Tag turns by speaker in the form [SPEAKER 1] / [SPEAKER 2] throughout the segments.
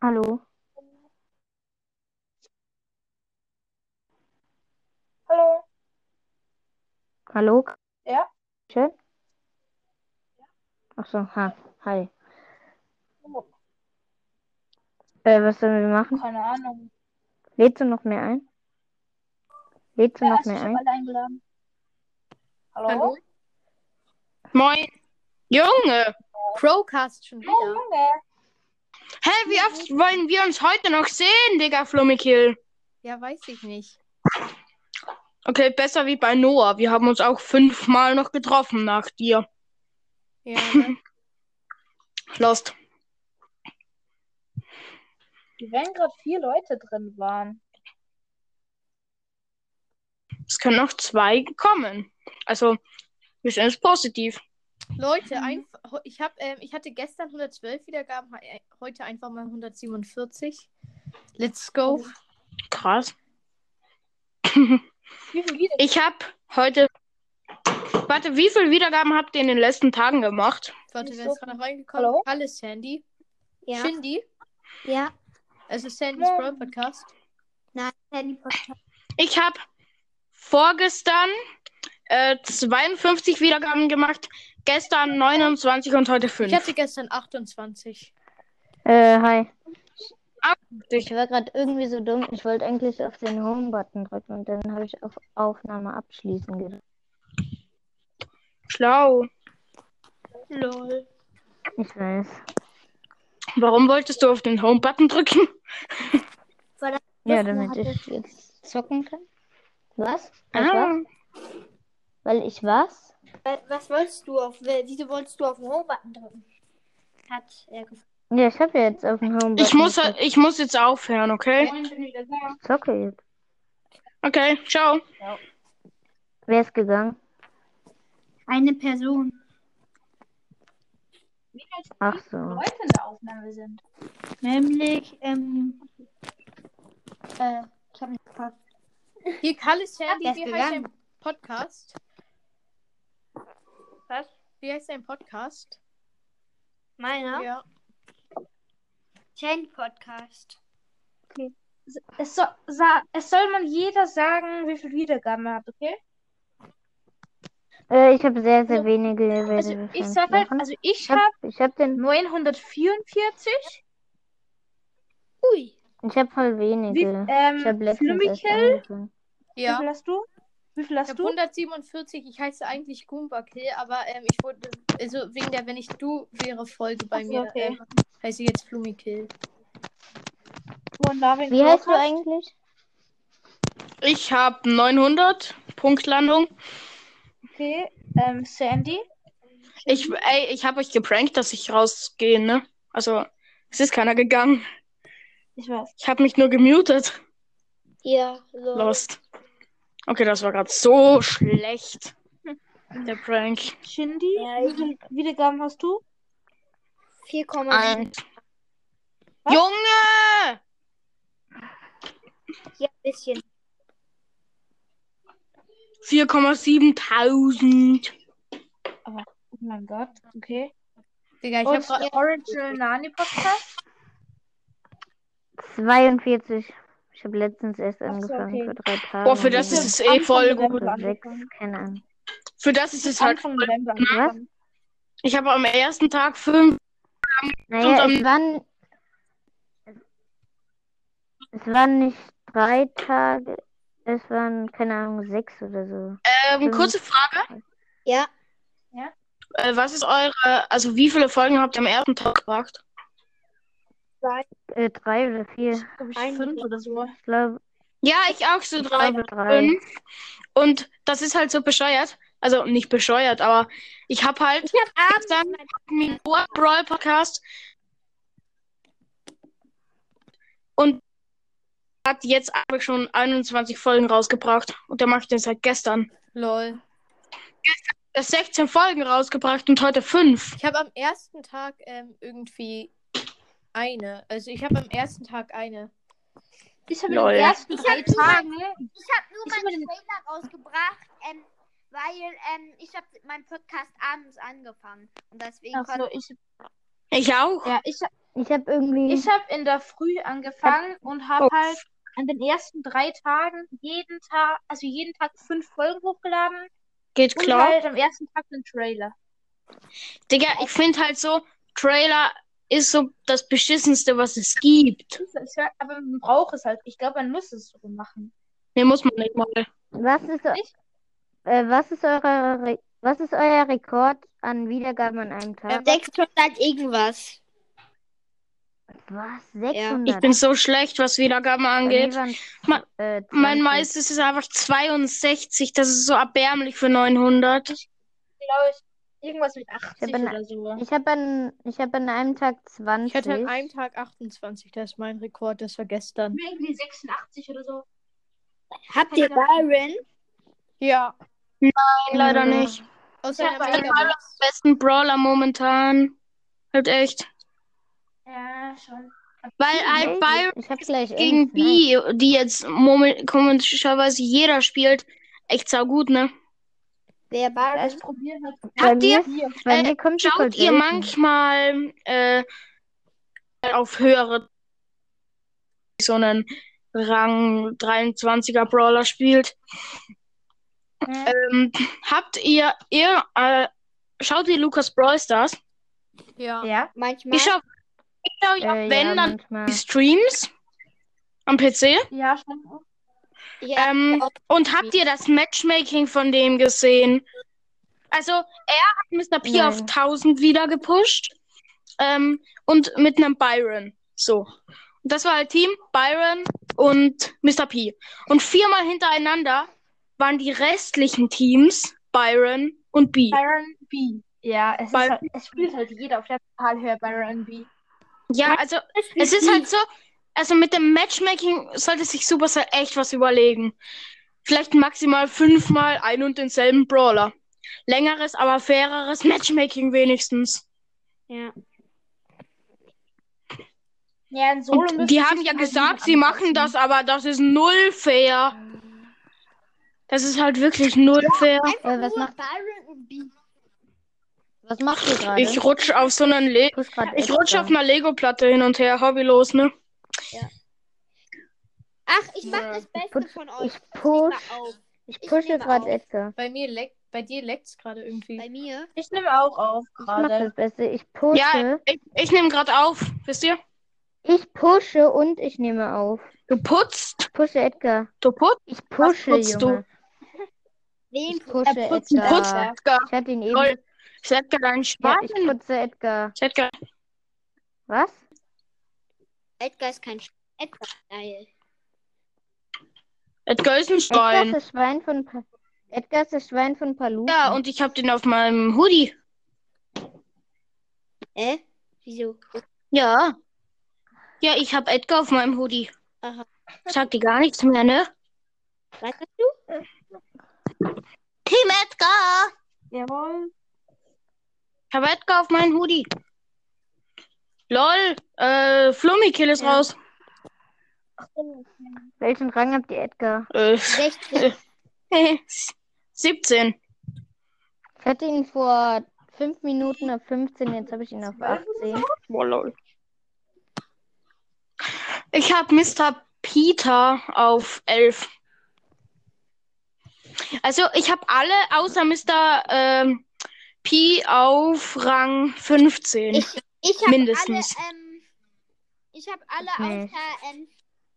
[SPEAKER 1] Hallo.
[SPEAKER 2] Hallo.
[SPEAKER 1] Hallo,
[SPEAKER 2] Ja?
[SPEAKER 1] Katja? Ach so, ha, hi.
[SPEAKER 2] Oh,
[SPEAKER 1] Äh, was sollen wir machen?
[SPEAKER 2] keine Ahnung.
[SPEAKER 1] Lädst du noch mehr ein? Lädst du
[SPEAKER 2] Ja,
[SPEAKER 1] noch
[SPEAKER 2] also
[SPEAKER 1] mehr
[SPEAKER 2] ich habe
[SPEAKER 1] ein?
[SPEAKER 2] alle eingeladen. Hallo?
[SPEAKER 3] Hallo? Moin. Junge, Procast schon
[SPEAKER 2] Hey,
[SPEAKER 3] wieder.
[SPEAKER 2] Junge.
[SPEAKER 3] Hey, wie oft wollen wir uns heute noch sehen, Digga Flummikil?
[SPEAKER 4] Ja, weiß ich nicht.
[SPEAKER 3] Okay, besser wie bei Noah. Wir haben uns auch fünfmal noch getroffen nach dir.
[SPEAKER 4] Ja, ne?
[SPEAKER 3] Lost.
[SPEAKER 2] Die werden gerade vier Leute drin waren.
[SPEAKER 3] Es können noch zwei kommen. Also, wir sind jetzt positiv.
[SPEAKER 4] Leute, einf- ho- ich, hab, ähm, ich hatte gestern 112 Wiedergaben, he- heute einfach mal 147. Let's go.
[SPEAKER 3] Krass.
[SPEAKER 2] Wie viel wieder?
[SPEAKER 3] Ich hab heute. Warte, wie viele Wiedergaben habt ihr in den letzten Tagen gemacht?
[SPEAKER 4] Warte,
[SPEAKER 2] Wieso?
[SPEAKER 4] wer ist gerade reingekommen?
[SPEAKER 2] Hallo?
[SPEAKER 4] Hallo? Sandy.
[SPEAKER 5] Ja.
[SPEAKER 4] Shindy.
[SPEAKER 5] Ja.
[SPEAKER 4] Es ist Sandys
[SPEAKER 2] Ja.
[SPEAKER 4] Brawl Podcast.
[SPEAKER 5] Nein, Sandy Podcast.
[SPEAKER 3] Ich habe vorgestern äh, 52 Wiedergaben gemacht, gestern 29 und heute
[SPEAKER 4] Ich
[SPEAKER 3] 5.
[SPEAKER 4] hatte gestern 28.
[SPEAKER 1] Äh, hi.
[SPEAKER 3] Ich-
[SPEAKER 1] Ich war gerade irgendwie so dumm. Ich wollte eigentlich auf den Home-Button drücken und dann habe ich auf Aufnahme abschließen gedrückt.
[SPEAKER 3] Schlau.
[SPEAKER 4] Lol.
[SPEAKER 1] Ich weiß.
[SPEAKER 3] Warum wolltest du auf den Home-Button drücken?
[SPEAKER 1] Ja,
[SPEAKER 5] Lust
[SPEAKER 1] damit
[SPEAKER 5] hat
[SPEAKER 1] ich jetzt zocken kann. Was? Ich
[SPEAKER 3] Ah,
[SPEAKER 1] was? Weil ich was?
[SPEAKER 5] Wa- Was wolltest du auf, wer- wieso wolltest du auf den Home-Button drücken? Hat er gefragt.
[SPEAKER 1] Ja, ich habe ja jetzt auf den Home-Button.
[SPEAKER 3] ich, muss, halt- äh,
[SPEAKER 1] gedrückt.
[SPEAKER 3] ich muss jetzt aufhören, okay?
[SPEAKER 1] Ich zocke jetzt.
[SPEAKER 3] Okay, ciao.
[SPEAKER 1] Wer ist gegangen?
[SPEAKER 5] Eine Person.
[SPEAKER 1] Ach so.
[SPEAKER 2] Leute in der Aufnahme sind.
[SPEAKER 5] Nämlich, ähm, äh, ich habe nicht gefragt.
[SPEAKER 4] Hier, Kalle Sandy,
[SPEAKER 5] Der ist
[SPEAKER 4] wie heißt
[SPEAKER 5] gegangen.
[SPEAKER 4] dein Podcast?
[SPEAKER 5] Was?
[SPEAKER 4] Wie heißt dein Podcast?
[SPEAKER 5] Meiner?
[SPEAKER 4] Ja.
[SPEAKER 5] Sandy Podcast.
[SPEAKER 2] Es, so, sa, es soll man jeder sagen, wie viel Wiedergaben er hat, okay?
[SPEAKER 1] Äh, ich habe sehr, sehr wenige. werde
[SPEAKER 2] Also ich
[SPEAKER 1] wahrscheinlich
[SPEAKER 2] sag halt,
[SPEAKER 1] machen.
[SPEAKER 2] also ich
[SPEAKER 1] ich habe
[SPEAKER 2] habe
[SPEAKER 1] ich hab den
[SPEAKER 2] 944.
[SPEAKER 5] Ui.
[SPEAKER 1] Ich habe voll
[SPEAKER 2] Wie,
[SPEAKER 1] wenige. ich
[SPEAKER 2] ähm,
[SPEAKER 1] habe letztens erst
[SPEAKER 2] Flumikel,
[SPEAKER 1] angefangen.
[SPEAKER 2] wie
[SPEAKER 4] Ja.
[SPEAKER 2] viel hast du? Wie viel
[SPEAKER 4] Ich
[SPEAKER 2] hast
[SPEAKER 4] habe
[SPEAKER 2] du?
[SPEAKER 4] 147, ich heiße eigentlich Goombakill, aber ähm, ich wurde, also wegen der Wenn ich du wäre Folge bei
[SPEAKER 2] Ach so,
[SPEAKER 4] mir,
[SPEAKER 2] okay.
[SPEAKER 4] ähm, heiße ich jetzt Flumikill.
[SPEAKER 2] Und Marvin
[SPEAKER 1] Wie heißt du
[SPEAKER 2] Klokas?
[SPEAKER 1] eigentlich?
[SPEAKER 3] Ich habe 900 Punktlandung.
[SPEAKER 2] Okay, ähm, Sandy.
[SPEAKER 3] Ich, ey, ich habe euch geprankt, dass ich rausgehe, ne? Also, es ist keiner gegangen.
[SPEAKER 2] Ich weiß.
[SPEAKER 3] Ich habe mich nur gemutet.
[SPEAKER 5] Ja, so.
[SPEAKER 3] Lost. Okay, das war gerade so schlecht. Der Prank.
[SPEAKER 2] Shindy.
[SPEAKER 5] Ja,
[SPEAKER 2] Wie viel Wiedergaben hast du?
[SPEAKER 1] Ah.
[SPEAKER 5] 4,7.
[SPEAKER 2] Was?
[SPEAKER 3] Junge!
[SPEAKER 5] Ja, ein bisschen.
[SPEAKER 3] 4,7000.
[SPEAKER 2] Oh mein Gott, okay.
[SPEAKER 4] Digga, ich
[SPEAKER 2] Und
[SPEAKER 4] habe gerade.
[SPEAKER 2] der Original Nani Podcast.
[SPEAKER 1] 42. Ich habe letztens erst
[SPEAKER 2] Ach so,
[SPEAKER 1] angefangen
[SPEAKER 2] okay.
[SPEAKER 1] vor drei Tagen.
[SPEAKER 3] Boah, für das
[SPEAKER 1] oder
[SPEAKER 3] ist
[SPEAKER 1] so.
[SPEAKER 3] es eh voll
[SPEAKER 2] Anfang
[SPEAKER 3] gut.
[SPEAKER 2] November
[SPEAKER 1] Oder sechs,
[SPEAKER 2] angefangen.
[SPEAKER 1] keine Ahnung.
[SPEAKER 3] Für das ist es halt.
[SPEAKER 2] Anfang November.
[SPEAKER 1] Was?
[SPEAKER 2] angefangen.
[SPEAKER 3] Ich habe am ersten Tag fünf.
[SPEAKER 1] Naja,
[SPEAKER 3] Und
[SPEAKER 1] es waren. Es waren nicht drei Tage, es waren, keine Ahnung, sechs oder so.
[SPEAKER 3] Ähm,
[SPEAKER 1] Mhm.
[SPEAKER 3] kurze Frage.
[SPEAKER 5] Ja,
[SPEAKER 3] Äh, was ist eure. Also, wie viele Folgen habt ihr am ersten Tag gebracht?
[SPEAKER 1] Äh, drei oder vier.
[SPEAKER 2] Ich glaube, ich
[SPEAKER 5] Ein-
[SPEAKER 2] fünf oder so.
[SPEAKER 1] Ich glaube,
[SPEAKER 3] Ja, ich auch so
[SPEAKER 1] ich
[SPEAKER 3] drei.
[SPEAKER 1] glaube drei.
[SPEAKER 3] fünf. Und das ist halt so bescheuert. Also nicht bescheuert, aber ich habe halt gestern meinen Brawl Podcast und hat jetzt aber schon 21 Folgen rausgebracht und der macht den seit gestern.
[SPEAKER 4] Lol.
[SPEAKER 3] Er hat 16 Folgen rausgebracht und heute 5.
[SPEAKER 4] Ich habe am ersten Tag ähm, irgendwie eine. Also ich habe am ersten Tag eine.
[SPEAKER 2] Ich habe in
[SPEAKER 3] Lol.
[SPEAKER 2] den ersten
[SPEAKER 5] Ich
[SPEAKER 2] drei
[SPEAKER 5] hab nur
[SPEAKER 2] Tagen.
[SPEAKER 5] habe nur
[SPEAKER 2] Ich hab meinen
[SPEAKER 5] Trailer rausgebracht, ähm, weil ähm, ich habe meinen Podcast abends angefangen. Und deswegen
[SPEAKER 2] Ach so, ich, Mhm.
[SPEAKER 3] Ich auch.
[SPEAKER 2] ja, ich,
[SPEAKER 1] Ich habe irgendwie.
[SPEAKER 2] Ich habe in der Früh angefangen und habe halt an den ersten drei Tagen jeden Tag, also jeden Tag fünf Folgen hochgeladen
[SPEAKER 3] Geht
[SPEAKER 2] und
[SPEAKER 3] klar.
[SPEAKER 2] halt am ersten Tag den Trailer.
[SPEAKER 3] Digga, ich finde halt so, Trailer ist so das Beschissenste, was es gibt.
[SPEAKER 2] Das ist ja- Aber man braucht es halt. Ich glaube, man muss es so machen.
[SPEAKER 3] Ne, muss man nicht mal.
[SPEAKER 1] was, ist, eu-
[SPEAKER 2] Ich-
[SPEAKER 1] äh, was, ist eure, Re- was ist euer Rekord an Wiedergaben an
[SPEAKER 3] Äh,
[SPEAKER 1] einem
[SPEAKER 5] Ähm,
[SPEAKER 1] Tag?
[SPEAKER 5] 600 irgendwas.
[SPEAKER 1] was?
[SPEAKER 5] ja.
[SPEAKER 1] 600?
[SPEAKER 3] Ich bin so schlecht, was Wiedergaben
[SPEAKER 1] Bei
[SPEAKER 3] angeht.
[SPEAKER 1] mir waren's,
[SPEAKER 3] Ma-
[SPEAKER 1] äh, 20.
[SPEAKER 3] Mein meistes ist einfach 62. Das ist so erbärmlich für 900.
[SPEAKER 2] Ich glaube, ich irgendwas mit 80
[SPEAKER 1] bin-
[SPEAKER 2] oder so.
[SPEAKER 1] Ich habe an, ich hab an einem Tag 20.
[SPEAKER 4] Ich hatte an einem Tag 28, das ist mein Rekord, das war gestern.
[SPEAKER 2] Irgendwie 86 oder so.
[SPEAKER 5] Habt ihr Byron?
[SPEAKER 4] Ja.
[SPEAKER 3] Nein, leider
[SPEAKER 1] Mhm.
[SPEAKER 3] nicht.
[SPEAKER 4] Aus
[SPEAKER 2] Ja,
[SPEAKER 4] einer
[SPEAKER 2] weil-
[SPEAKER 4] Mega
[SPEAKER 3] Besten Brawler momentan. Halt echt.
[SPEAKER 2] Ja, schon.
[SPEAKER 3] Weil
[SPEAKER 1] Hm,
[SPEAKER 3] halt Byron
[SPEAKER 1] Ich habe gleich
[SPEAKER 3] gegen
[SPEAKER 1] elf,
[SPEAKER 3] B, die jetzt momen- komischerweise jeder spielt, echt saugut, ne?
[SPEAKER 5] Wer Byron?
[SPEAKER 2] Ich probiere halt.
[SPEAKER 1] Bei
[SPEAKER 3] Habt ihr-
[SPEAKER 1] mir, bei
[SPEAKER 3] äh,
[SPEAKER 1] mir kommt die
[SPEAKER 3] Schaut
[SPEAKER 1] voll
[SPEAKER 3] ihr
[SPEAKER 1] selten.
[SPEAKER 3] manchmal äh, auf höhere so einen Rang 23er Brawler spielt?
[SPEAKER 2] Mhm.
[SPEAKER 3] Ähm, habt ihr, ihr äh, schaut ihr Lukas Brawl Stars?
[SPEAKER 4] Ja.
[SPEAKER 2] Ja.
[SPEAKER 5] Manchmal.
[SPEAKER 3] Ich schau, ich schau ja,
[SPEAKER 1] Äh,
[SPEAKER 3] wenn,
[SPEAKER 1] ja,
[SPEAKER 3] dann
[SPEAKER 1] manchmal.
[SPEAKER 3] die Streams am PC.
[SPEAKER 2] Ja, schon.
[SPEAKER 1] Äh,
[SPEAKER 5] ja,
[SPEAKER 3] ähm,
[SPEAKER 5] auch.
[SPEAKER 3] und habt ihr das Matchmaking von dem gesehen? Also, er hat Mr. P auf
[SPEAKER 1] Nein.
[SPEAKER 3] 1000 wieder gepusht. Ähm, und mit einem Byron. So. Und das war halt Team Byron und Mr. P. Und viermal hintereinander waren die restlichen Teams Byron und B.
[SPEAKER 2] Byron B. Ja, es, ist
[SPEAKER 3] Byron-
[SPEAKER 2] halt, es spielt halt jeder auf der Palhöhe Byron B.
[SPEAKER 3] Ja, also es ist halt so, also mit dem Matchmaking sollte sich Supercell echt was überlegen. Vielleicht maximal fünfmal ein und denselben Brawler. Längeres, aber faireres Matchmaking wenigstens.
[SPEAKER 5] Ja.
[SPEAKER 2] Ja, in Solo
[SPEAKER 3] Und
[SPEAKER 2] müssen
[SPEAKER 3] die
[SPEAKER 2] sich
[SPEAKER 3] haben ja
[SPEAKER 2] dann halt
[SPEAKER 3] gesagt,
[SPEAKER 2] die
[SPEAKER 3] sie machen
[SPEAKER 2] anpassen.
[SPEAKER 3] das, aber das ist null fair. Das ist halt wirklich null fair.
[SPEAKER 1] Äh, was, macht,
[SPEAKER 5] Byron und B?
[SPEAKER 1] was macht ihr gerade?
[SPEAKER 3] Ich rutsch auf so einen Le
[SPEAKER 1] Push grad
[SPEAKER 3] ich rutsch
[SPEAKER 1] extra.
[SPEAKER 3] auf einer Lego-Platte hin und her, hobbylos, ne?
[SPEAKER 5] Ach, ich mach
[SPEAKER 4] Ja.
[SPEAKER 5] das Beste
[SPEAKER 1] Putz-
[SPEAKER 5] von
[SPEAKER 1] Ich
[SPEAKER 5] euch.
[SPEAKER 1] push,
[SPEAKER 5] Leg mal auf.
[SPEAKER 1] ich
[SPEAKER 5] ich
[SPEAKER 1] pushe
[SPEAKER 5] nehme auf.
[SPEAKER 1] gerade Edgar.
[SPEAKER 4] Bei mir leckt, bei dir leckt es gerade irgendwie.
[SPEAKER 5] Bei mir.
[SPEAKER 2] Ich nehme auch auf
[SPEAKER 1] Ich mach
[SPEAKER 2] gerade.
[SPEAKER 1] das Beste. Ich pushe,
[SPEAKER 3] Ja, Ich, ich nehme gerade auf, wisst ihr?
[SPEAKER 1] ich pushe und ich nehme auf.
[SPEAKER 3] Du putzt,
[SPEAKER 1] Ich pushe Edgar.
[SPEAKER 3] du putzt,
[SPEAKER 1] Ich pushe,
[SPEAKER 3] putzt du?
[SPEAKER 1] Junge.
[SPEAKER 5] Wen?
[SPEAKER 1] Ich pushe
[SPEAKER 2] Er putzt-
[SPEAKER 3] du
[SPEAKER 2] Ja.
[SPEAKER 3] putzt.
[SPEAKER 1] Edgar. Ich hatte ihn eben.
[SPEAKER 3] Voll. Ich hätte gerne einen
[SPEAKER 1] Ja,
[SPEAKER 3] Spaten.
[SPEAKER 1] ich putze Edgar.
[SPEAKER 3] Ich hätte gerne
[SPEAKER 1] Was?
[SPEAKER 5] Edgar ist kein Sch Edgar. Geil.
[SPEAKER 3] Edgar ist
[SPEAKER 1] Edgar
[SPEAKER 3] ein
[SPEAKER 1] ist
[SPEAKER 3] Stein.
[SPEAKER 1] das Schwein von pa Edgar ist das Schwein von Paluten.
[SPEAKER 3] Ja, und ich habe den auf meinem Hoodie.
[SPEAKER 5] Äh? Wieso?
[SPEAKER 3] Ja. Ja, ich habe Edgar auf meinem Hoodie.
[SPEAKER 5] Aha.
[SPEAKER 3] Sagt dir gar nichts mehr, ne?
[SPEAKER 5] Was hast du?
[SPEAKER 3] Team Edgar!
[SPEAKER 2] Jawohl.
[SPEAKER 3] Ich habe Edgar auf meinem Hoodie. Lol, äh, Flummikill ist raus.
[SPEAKER 1] Welchen Rang habt ihr Edgar?
[SPEAKER 3] Äh,
[SPEAKER 5] 16.
[SPEAKER 3] 17.
[SPEAKER 1] Ich hatte ihn vor 5 Minuten auf 15, jetzt habe ich ihn auf 18.
[SPEAKER 3] Boah, Oh, lol. Ich habe Mr. Peter auf 11. Also, ich habe alle außer Mr. Ähm, P auf Rang 15.
[SPEAKER 5] Ich, ich habe
[SPEAKER 3] Mindestens.
[SPEAKER 5] alle, ähm, ich habe alle
[SPEAKER 1] Nicht.
[SPEAKER 5] außer, ähm,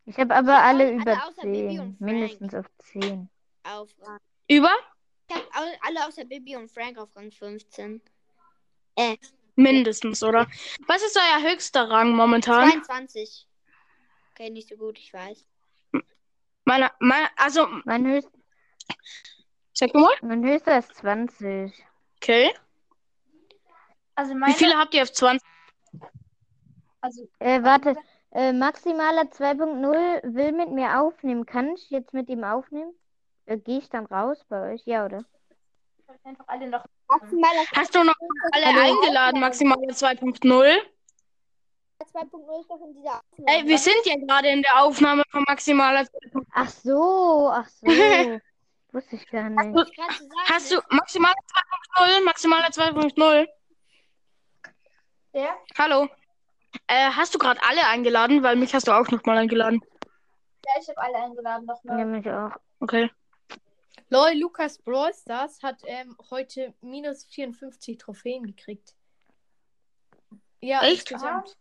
[SPEAKER 1] Ich habe aber alle
[SPEAKER 5] alle
[SPEAKER 1] über
[SPEAKER 5] außer Bibi
[SPEAKER 1] 10.
[SPEAKER 5] und Frank.
[SPEAKER 1] Mindestens auf 10.
[SPEAKER 5] auf,
[SPEAKER 3] Über?
[SPEAKER 5] ich habe au- alle außer Bibi und Frank auf Rang 15.
[SPEAKER 3] Mindestens, oder? Was ist euer höchster Rang momentan?
[SPEAKER 5] 22. Okay, nicht so gut, ich weiß.
[SPEAKER 3] Meiner, meiner, also,
[SPEAKER 1] Mein, höchst,
[SPEAKER 3] sag mal.
[SPEAKER 1] mein höchster ist 20.
[SPEAKER 3] Okay.
[SPEAKER 2] Also
[SPEAKER 3] Wie
[SPEAKER 2] meine,
[SPEAKER 3] viele habt ihr auf 20?
[SPEAKER 2] also
[SPEAKER 1] Äh, warte. Äh, maximaler 2.0 will mit mir aufnehmen. Kann ich jetzt mit ihm aufnehmen? Äh, Gehe ich dann raus bei euch? Ja, oder?
[SPEAKER 2] einfach alle noch.
[SPEAKER 5] Maximal
[SPEAKER 3] Hast du noch
[SPEAKER 5] Also
[SPEAKER 3] alle eingeladen, maximal 2.0?
[SPEAKER 5] 2.0 ist doch in dieser
[SPEAKER 3] Ey, wir sind ja gerade in der Aufnahme von maximaler
[SPEAKER 1] Ach so, ach so. Wusste ich gar nicht.
[SPEAKER 5] Ich kann zu sagen, ne?
[SPEAKER 3] Hast du maximal 2.0? Maximaler 2.0?
[SPEAKER 2] Ja?
[SPEAKER 3] Hallo? Äh, hast du gerade alle eingeladen? Weil mich hast du auch nochmal eingeladen.
[SPEAKER 2] Ja, ich habe alle eingeladen nochmal.
[SPEAKER 1] Nämlich auch.
[SPEAKER 3] Okay.
[SPEAKER 4] Lol, Lukas Brawl Stars hat ähm, heute minus 54 Trophäen gekriegt. Ja,
[SPEAKER 3] Echt?
[SPEAKER 4] insgesamt.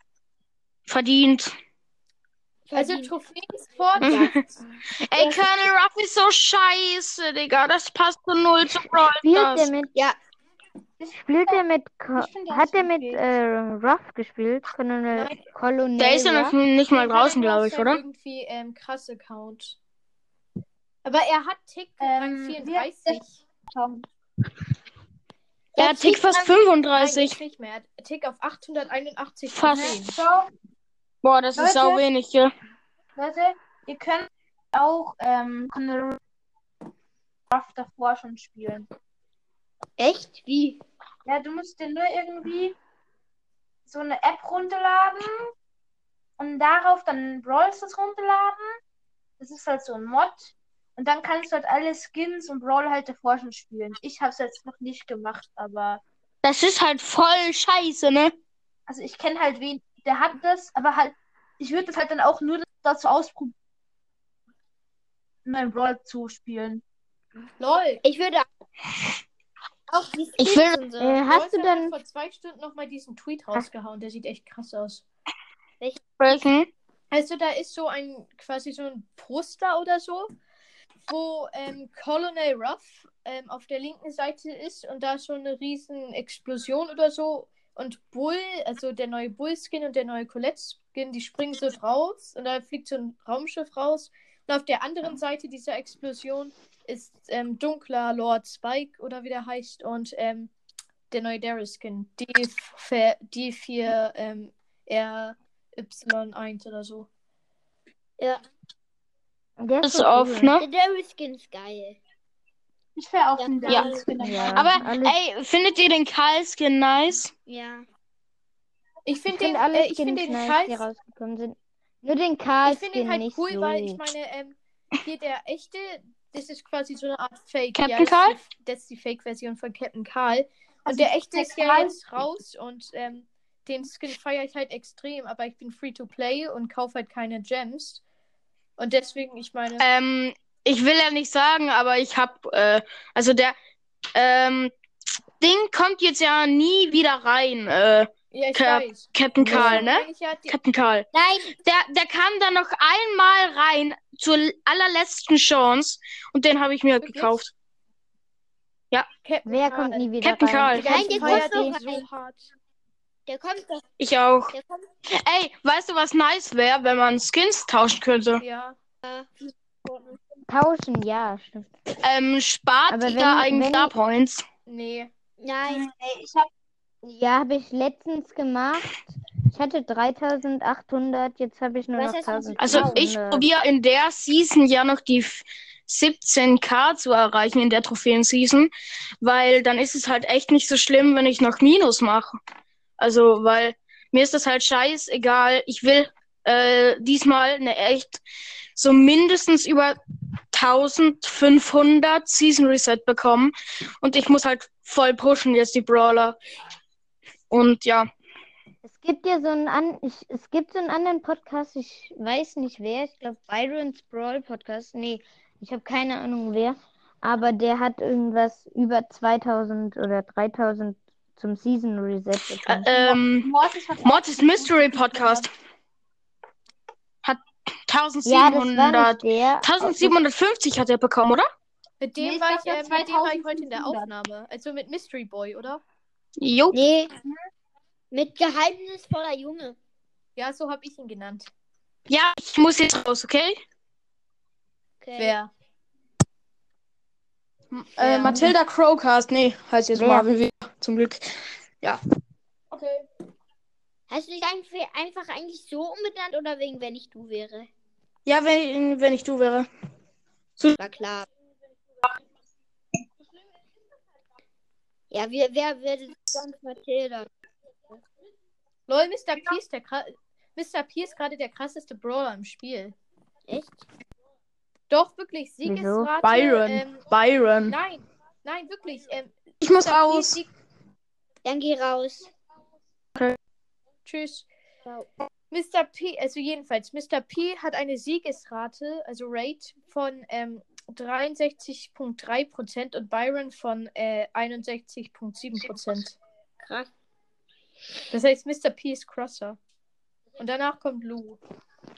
[SPEAKER 3] Verdient.
[SPEAKER 4] Also Trophäen Sportjagd.
[SPEAKER 3] Ey, Colonel Ruff ist so scheiße, Digga. Das passt so null zu Brawl
[SPEAKER 1] Spielt der
[SPEAKER 3] Stars.
[SPEAKER 1] mit.
[SPEAKER 4] Ja.
[SPEAKER 1] Spielt der mit. Ko-
[SPEAKER 2] Ich finde, der
[SPEAKER 1] Hat
[SPEAKER 2] ist
[SPEAKER 1] der
[SPEAKER 2] gut
[SPEAKER 1] mit
[SPEAKER 2] gewählt.
[SPEAKER 1] äh, Ruff gespielt? Colonel.
[SPEAKER 4] Nein.
[SPEAKER 1] Colonel
[SPEAKER 3] Der ist ja noch
[SPEAKER 1] Ruff?
[SPEAKER 3] nicht mal
[SPEAKER 4] Ja,
[SPEAKER 3] draußen,
[SPEAKER 4] der
[SPEAKER 3] glaube
[SPEAKER 4] ist
[SPEAKER 3] ich,
[SPEAKER 4] ja
[SPEAKER 3] oder?
[SPEAKER 4] Irgendwie ähm, krass Account. Aber er hat Tick Rang
[SPEAKER 2] Ähm,
[SPEAKER 4] 34.
[SPEAKER 2] Tom.
[SPEAKER 3] Er hat Tick fast 35.
[SPEAKER 4] Nein, nicht mehr. Er hat Tick auf 881
[SPEAKER 3] Fast.
[SPEAKER 4] Trophäen.
[SPEAKER 2] So,
[SPEAKER 3] Boah, das ist
[SPEAKER 2] Leute.
[SPEAKER 3] sau wenig, gell?
[SPEAKER 2] Leute, ihr könnt auch ähm, Conor Ruff davor schon spielen.
[SPEAKER 6] Echt? Wie?
[SPEAKER 2] Ja, du musst dir nur irgendwie so eine App runterladen und darauf dann Brawl Stars runterladen. Das ist halt so ein Mod. Und dann kannst du halt alle Skins und Brawl halt davor schon spielen. Ich hab's jetzt noch nicht gemacht, aber.
[SPEAKER 3] Das ist halt voll scheiße, ne?
[SPEAKER 2] Also ich kenne halt wen, der hat das, aber halt, ich würde das halt dann auch nur dazu ausprobieren, mein Brawl zu spielen.
[SPEAKER 4] Lol.
[SPEAKER 6] Ich würde auch die
[SPEAKER 3] Ich
[SPEAKER 6] Skins
[SPEAKER 3] will-
[SPEAKER 6] und so.
[SPEAKER 1] Äh, hast du
[SPEAKER 4] Leute, er hat
[SPEAKER 1] dann.
[SPEAKER 4] vor zwei Stunden nochmal diesen Tweet rausgehauen. Der sieht echt krass aus.
[SPEAKER 1] Hm?
[SPEAKER 3] Breaking.
[SPEAKER 4] Also da ist so ein quasi so ein Poster oder so, wo ähm, Colonel Ruff ähm, auf der linken Seite ist und da ist so eine riesen Explosion oder so und Bull, also der neue Bull-Skin und der neue Colette-Skin, die springen so raus und da fliegt so ein Raumschiff raus und auf der anderen Seite dieser Explosion ist ähm, dunkler Lord Spike oder wie der heißt und ähm, der neue Daryl-Skin, D4, D4 ähm, R Y1 oder so.
[SPEAKER 1] Der
[SPEAKER 3] Ist
[SPEAKER 1] so
[SPEAKER 3] off,
[SPEAKER 1] cool.
[SPEAKER 3] ne?
[SPEAKER 6] Der Daryl Skin ist geil.
[SPEAKER 2] Ich wäre auch
[SPEAKER 6] Ja,
[SPEAKER 2] ein
[SPEAKER 6] ja.
[SPEAKER 2] Skin dabei.
[SPEAKER 1] Ja,
[SPEAKER 3] Aber,
[SPEAKER 1] alles-
[SPEAKER 3] ey, findet ihr den Karl-Skin nice?
[SPEAKER 6] Ja.
[SPEAKER 4] Ich
[SPEAKER 1] Ich
[SPEAKER 4] finde
[SPEAKER 1] finde
[SPEAKER 4] den,
[SPEAKER 1] alle
[SPEAKER 4] äh, ich finde
[SPEAKER 1] Skins
[SPEAKER 4] den
[SPEAKER 1] nice, die
[SPEAKER 4] Karl,
[SPEAKER 1] rausgekommen sind. Nur den
[SPEAKER 4] ich finde
[SPEAKER 1] Karl-Skin
[SPEAKER 4] den halt
[SPEAKER 1] nicht
[SPEAKER 4] cool,
[SPEAKER 1] so.
[SPEAKER 4] weil ich meine, ähm, hier der echte, das ist quasi so eine Art Fake.
[SPEAKER 3] Captain
[SPEAKER 4] ja, das
[SPEAKER 3] Karl?
[SPEAKER 4] Ist die, das ist die Fake-Version von Captain Karl. Und
[SPEAKER 2] Also
[SPEAKER 4] der echte
[SPEAKER 2] der
[SPEAKER 4] ist ja
[SPEAKER 2] Karl-
[SPEAKER 4] jetzt raus und ähm, den Skin feiere ich halt extrem, aber ich bin free to play und kaufe halt keine Gems. Und deswegen, ich meine,
[SPEAKER 3] Ähm, ich will ja nicht sagen, aber ich hab, äh, also der, ähm, Ding kommt jetzt ja nie wieder rein, äh,
[SPEAKER 4] ja, ich
[SPEAKER 3] Cap-
[SPEAKER 4] weiß.
[SPEAKER 3] Captain Karl,
[SPEAKER 4] Deswegen
[SPEAKER 3] ne?
[SPEAKER 4] meine ich Ja, die,
[SPEAKER 3] Captain Karl.
[SPEAKER 6] Nein,
[SPEAKER 3] Der, der kam dann noch einmal rein zur allerletzten Chance und den habe ich mir
[SPEAKER 4] Wirklich?
[SPEAKER 3] gekauft.
[SPEAKER 4] Captain
[SPEAKER 1] Wer
[SPEAKER 4] Karl.
[SPEAKER 1] kommt nie wieder
[SPEAKER 3] Captain
[SPEAKER 1] rein?
[SPEAKER 3] Karl.
[SPEAKER 4] Digga,
[SPEAKER 6] Nein,
[SPEAKER 4] ich
[SPEAKER 6] der
[SPEAKER 4] feier den
[SPEAKER 6] kommt noch
[SPEAKER 4] so hart.
[SPEAKER 6] der kommt doch.
[SPEAKER 3] Ich auch.
[SPEAKER 6] Der kommt
[SPEAKER 3] Ey, weißt du, was nice wäre, wenn man Skins tauschen könnte?
[SPEAKER 4] Ja.
[SPEAKER 1] Tauschen, ja, stimmt.
[SPEAKER 3] Ähm, spart
[SPEAKER 1] Aber
[SPEAKER 3] ihr
[SPEAKER 1] wenn-
[SPEAKER 3] da eigentlich
[SPEAKER 1] wenn-
[SPEAKER 3] Star Points?
[SPEAKER 4] Nee.
[SPEAKER 6] Nein.
[SPEAKER 2] Ey, ich hab,
[SPEAKER 1] Ja, habe ich letztens gemacht. Ich hatte 3800, jetzt habe ich nur
[SPEAKER 6] Was
[SPEAKER 1] noch
[SPEAKER 6] heißt das?
[SPEAKER 1] 1000.
[SPEAKER 3] Also ich probiere in der Season ja noch die F- 17k zu erreichen in der Trophäen-Season, weil dann ist es halt echt nicht so schlimm, wenn ich noch Minus mache. Also, weil mir ist das halt scheißegal. Ich will äh, diesmal eine echt so mindestens über 1500 Season Reset bekommen und ich muss halt voll pushen jetzt die Brawler. Und ja,
[SPEAKER 1] Es gibt ja so einen an, ich, es gibt so einen anderen Podcast, ich weiß nicht wer, ich glaube Byron's Brawl Podcast. Nee, ich habe keine Ahnung wer, aber der hat irgendwas über 2000 oder 3000 zum Season Reset bekommen.
[SPEAKER 3] äh, ähm,
[SPEAKER 2] Mortis hat
[SPEAKER 3] Mortis Mystery Podcast hat
[SPEAKER 1] ja, das war
[SPEAKER 3] 1700.
[SPEAKER 1] nicht der.
[SPEAKER 3] 1750 hat er bekommen, oder?
[SPEAKER 4] Mit
[SPEAKER 2] Nee,
[SPEAKER 4] dem,
[SPEAKER 2] ich
[SPEAKER 4] war
[SPEAKER 2] glaub,
[SPEAKER 4] ich, äh,
[SPEAKER 2] nur
[SPEAKER 4] mit dem war ich heute in der
[SPEAKER 2] 2500.
[SPEAKER 4] Aufnahme. Also mit Mystery Boy, oder?
[SPEAKER 3] Jo.
[SPEAKER 6] Nee. Mit geheimnisvoller Junge.
[SPEAKER 4] Ja, so habe ich ihn genannt.
[SPEAKER 3] Ja, ich muss jetzt raus, okay?
[SPEAKER 6] Okay.
[SPEAKER 4] Wer?
[SPEAKER 3] Äh,
[SPEAKER 4] Ja.
[SPEAKER 3] Matilda Crowcast, nee, heißt jetzt
[SPEAKER 1] Wer?
[SPEAKER 3] Marvin wieder, zum Glück.
[SPEAKER 2] Okay.
[SPEAKER 6] Hast du dich einf- einfach eigentlich so umbenannt oder wegen wenn ich du wäre?
[SPEAKER 3] Ja, wenn, wenn ich du wäre.
[SPEAKER 6] War klar. Ja, wer, wer würde sonst Mathilda?
[SPEAKER 4] Lol, Mr. P ist der kra- Mr. P ist gerade der krasseste Brawler im Spiel.
[SPEAKER 6] Echt?
[SPEAKER 4] Doch, wirklich,
[SPEAKER 1] Wieso?
[SPEAKER 4] Siegesrate.
[SPEAKER 3] Byron.
[SPEAKER 4] Ähm,
[SPEAKER 3] Byron.
[SPEAKER 4] nein, nein, wirklich. Ähm,
[SPEAKER 3] Ich muss
[SPEAKER 4] Mr. P
[SPEAKER 3] raus.
[SPEAKER 4] Sieg
[SPEAKER 6] Dann geh raus.
[SPEAKER 4] Tschüss. Mr. P, also jedenfalls, Mr. P hat eine Siegesrate, also Rate von ähm, 63,3% und Byron von äh, 61,7%.
[SPEAKER 2] Krass.
[SPEAKER 4] Das heißt, Mr. P ist Crosser. Und danach kommt Lou.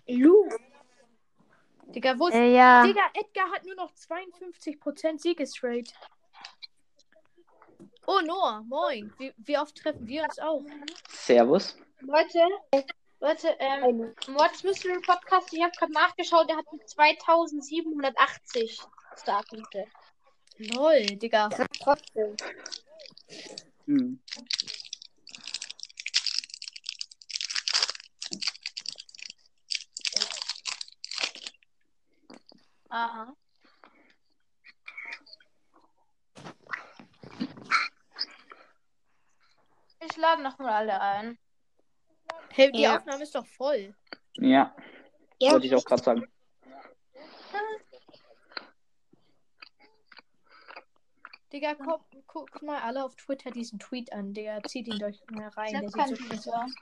[SPEAKER 2] Lu.
[SPEAKER 4] Digga, wo ist.
[SPEAKER 1] Äh, ja.
[SPEAKER 4] Digga, Edgar hat nur noch 52% Siegesrate. Oh, Noah, moin. Wie, wie oft treffen wir uns auch?
[SPEAKER 7] Servus.
[SPEAKER 2] Leute, Leute, ähm, Mords Mystery Podcast, ich habe gerade nachgeschaut, der hat mit 2780 Startpunkte.
[SPEAKER 4] Lol, Digga.
[SPEAKER 2] Trotzdem.
[SPEAKER 7] Hm.
[SPEAKER 2] Aha. Ich lade nochmal alle ein.
[SPEAKER 4] Hey, die
[SPEAKER 2] Ja.
[SPEAKER 4] Aufnahme ist doch voll.
[SPEAKER 7] Ja,
[SPEAKER 2] Ja.
[SPEAKER 7] wollte ich auch gerade sagen.
[SPEAKER 4] Digga, guck, guck mal alle auf Twitter diesen Tweet an, Digga. Zieht ihn euch mal
[SPEAKER 2] Ich hab
[SPEAKER 4] rein. Der sieht so
[SPEAKER 2] keinen
[SPEAKER 4] krass
[SPEAKER 2] Twitter.
[SPEAKER 4] aus.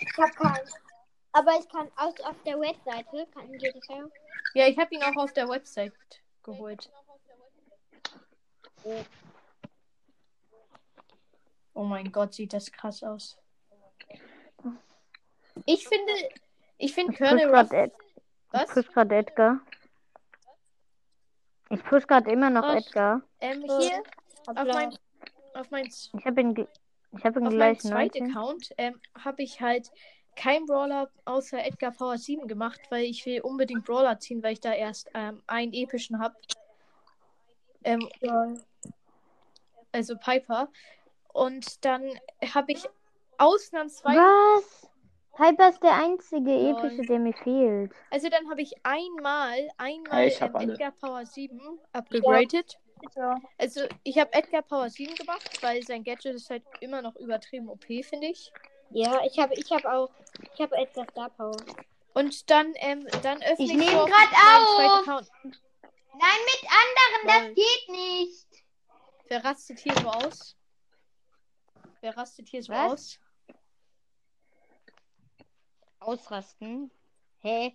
[SPEAKER 5] Ich hab keinen. Aber ich kann aus auf der Webseite kann GTV.
[SPEAKER 4] Ja, ich habe ihn auch auf der Website geholt. Oh mein Gott, sieht das krass aus. Ich finde, ich finde
[SPEAKER 1] Ich push
[SPEAKER 4] Colonel Ruff,
[SPEAKER 1] gerade Ed ich
[SPEAKER 4] was?
[SPEAKER 1] push grad Edgar. Ich push gerade immer noch
[SPEAKER 4] Was?
[SPEAKER 1] Edgar.
[SPEAKER 4] Ähm, hier auf mein, auf mein
[SPEAKER 1] Ich habe ihn, ge- ich hab ihn
[SPEAKER 4] Auf meinem
[SPEAKER 1] gleich
[SPEAKER 4] zweiten
[SPEAKER 1] 19.
[SPEAKER 4] Account ähm, habe ich halt kein Brawler außer Edgar Power 7 gemacht, weil ich will unbedingt Brawler ziehen, weil ich da erst ähm, einen epischen habe. Ähm, also Piper. Und dann habe ich ausnahmsweise,
[SPEAKER 1] Was? Piper ist der einzige
[SPEAKER 4] Lol.
[SPEAKER 1] epische, der mir fehlt.
[SPEAKER 4] also dann habe ich einmal,
[SPEAKER 7] Ja,
[SPEAKER 4] einmal
[SPEAKER 7] ich hab
[SPEAKER 4] ähm,
[SPEAKER 7] alle.
[SPEAKER 4] Edgar Power 7 upgegradet.
[SPEAKER 5] Ja.
[SPEAKER 4] Also ich habe Edgar Power 7 gemacht, weil sein Gadget ist halt immer noch übertrieben OP, finde ich.
[SPEAKER 5] Ja, ich habe ich hab auch. Ich habe etwas Star Power.
[SPEAKER 4] Und dann, ähm, dann öffne ich,
[SPEAKER 5] nehm
[SPEAKER 4] so auf
[SPEAKER 5] grad
[SPEAKER 4] meinen
[SPEAKER 5] auf.
[SPEAKER 4] zweiten Account.
[SPEAKER 5] Nein, mit
[SPEAKER 4] Lol.
[SPEAKER 5] anderen, das geht nicht.
[SPEAKER 4] Wer rastet hier so aus? Wer rastet hier so
[SPEAKER 1] Was?
[SPEAKER 4] aus?
[SPEAKER 1] Ausrasten? Hä?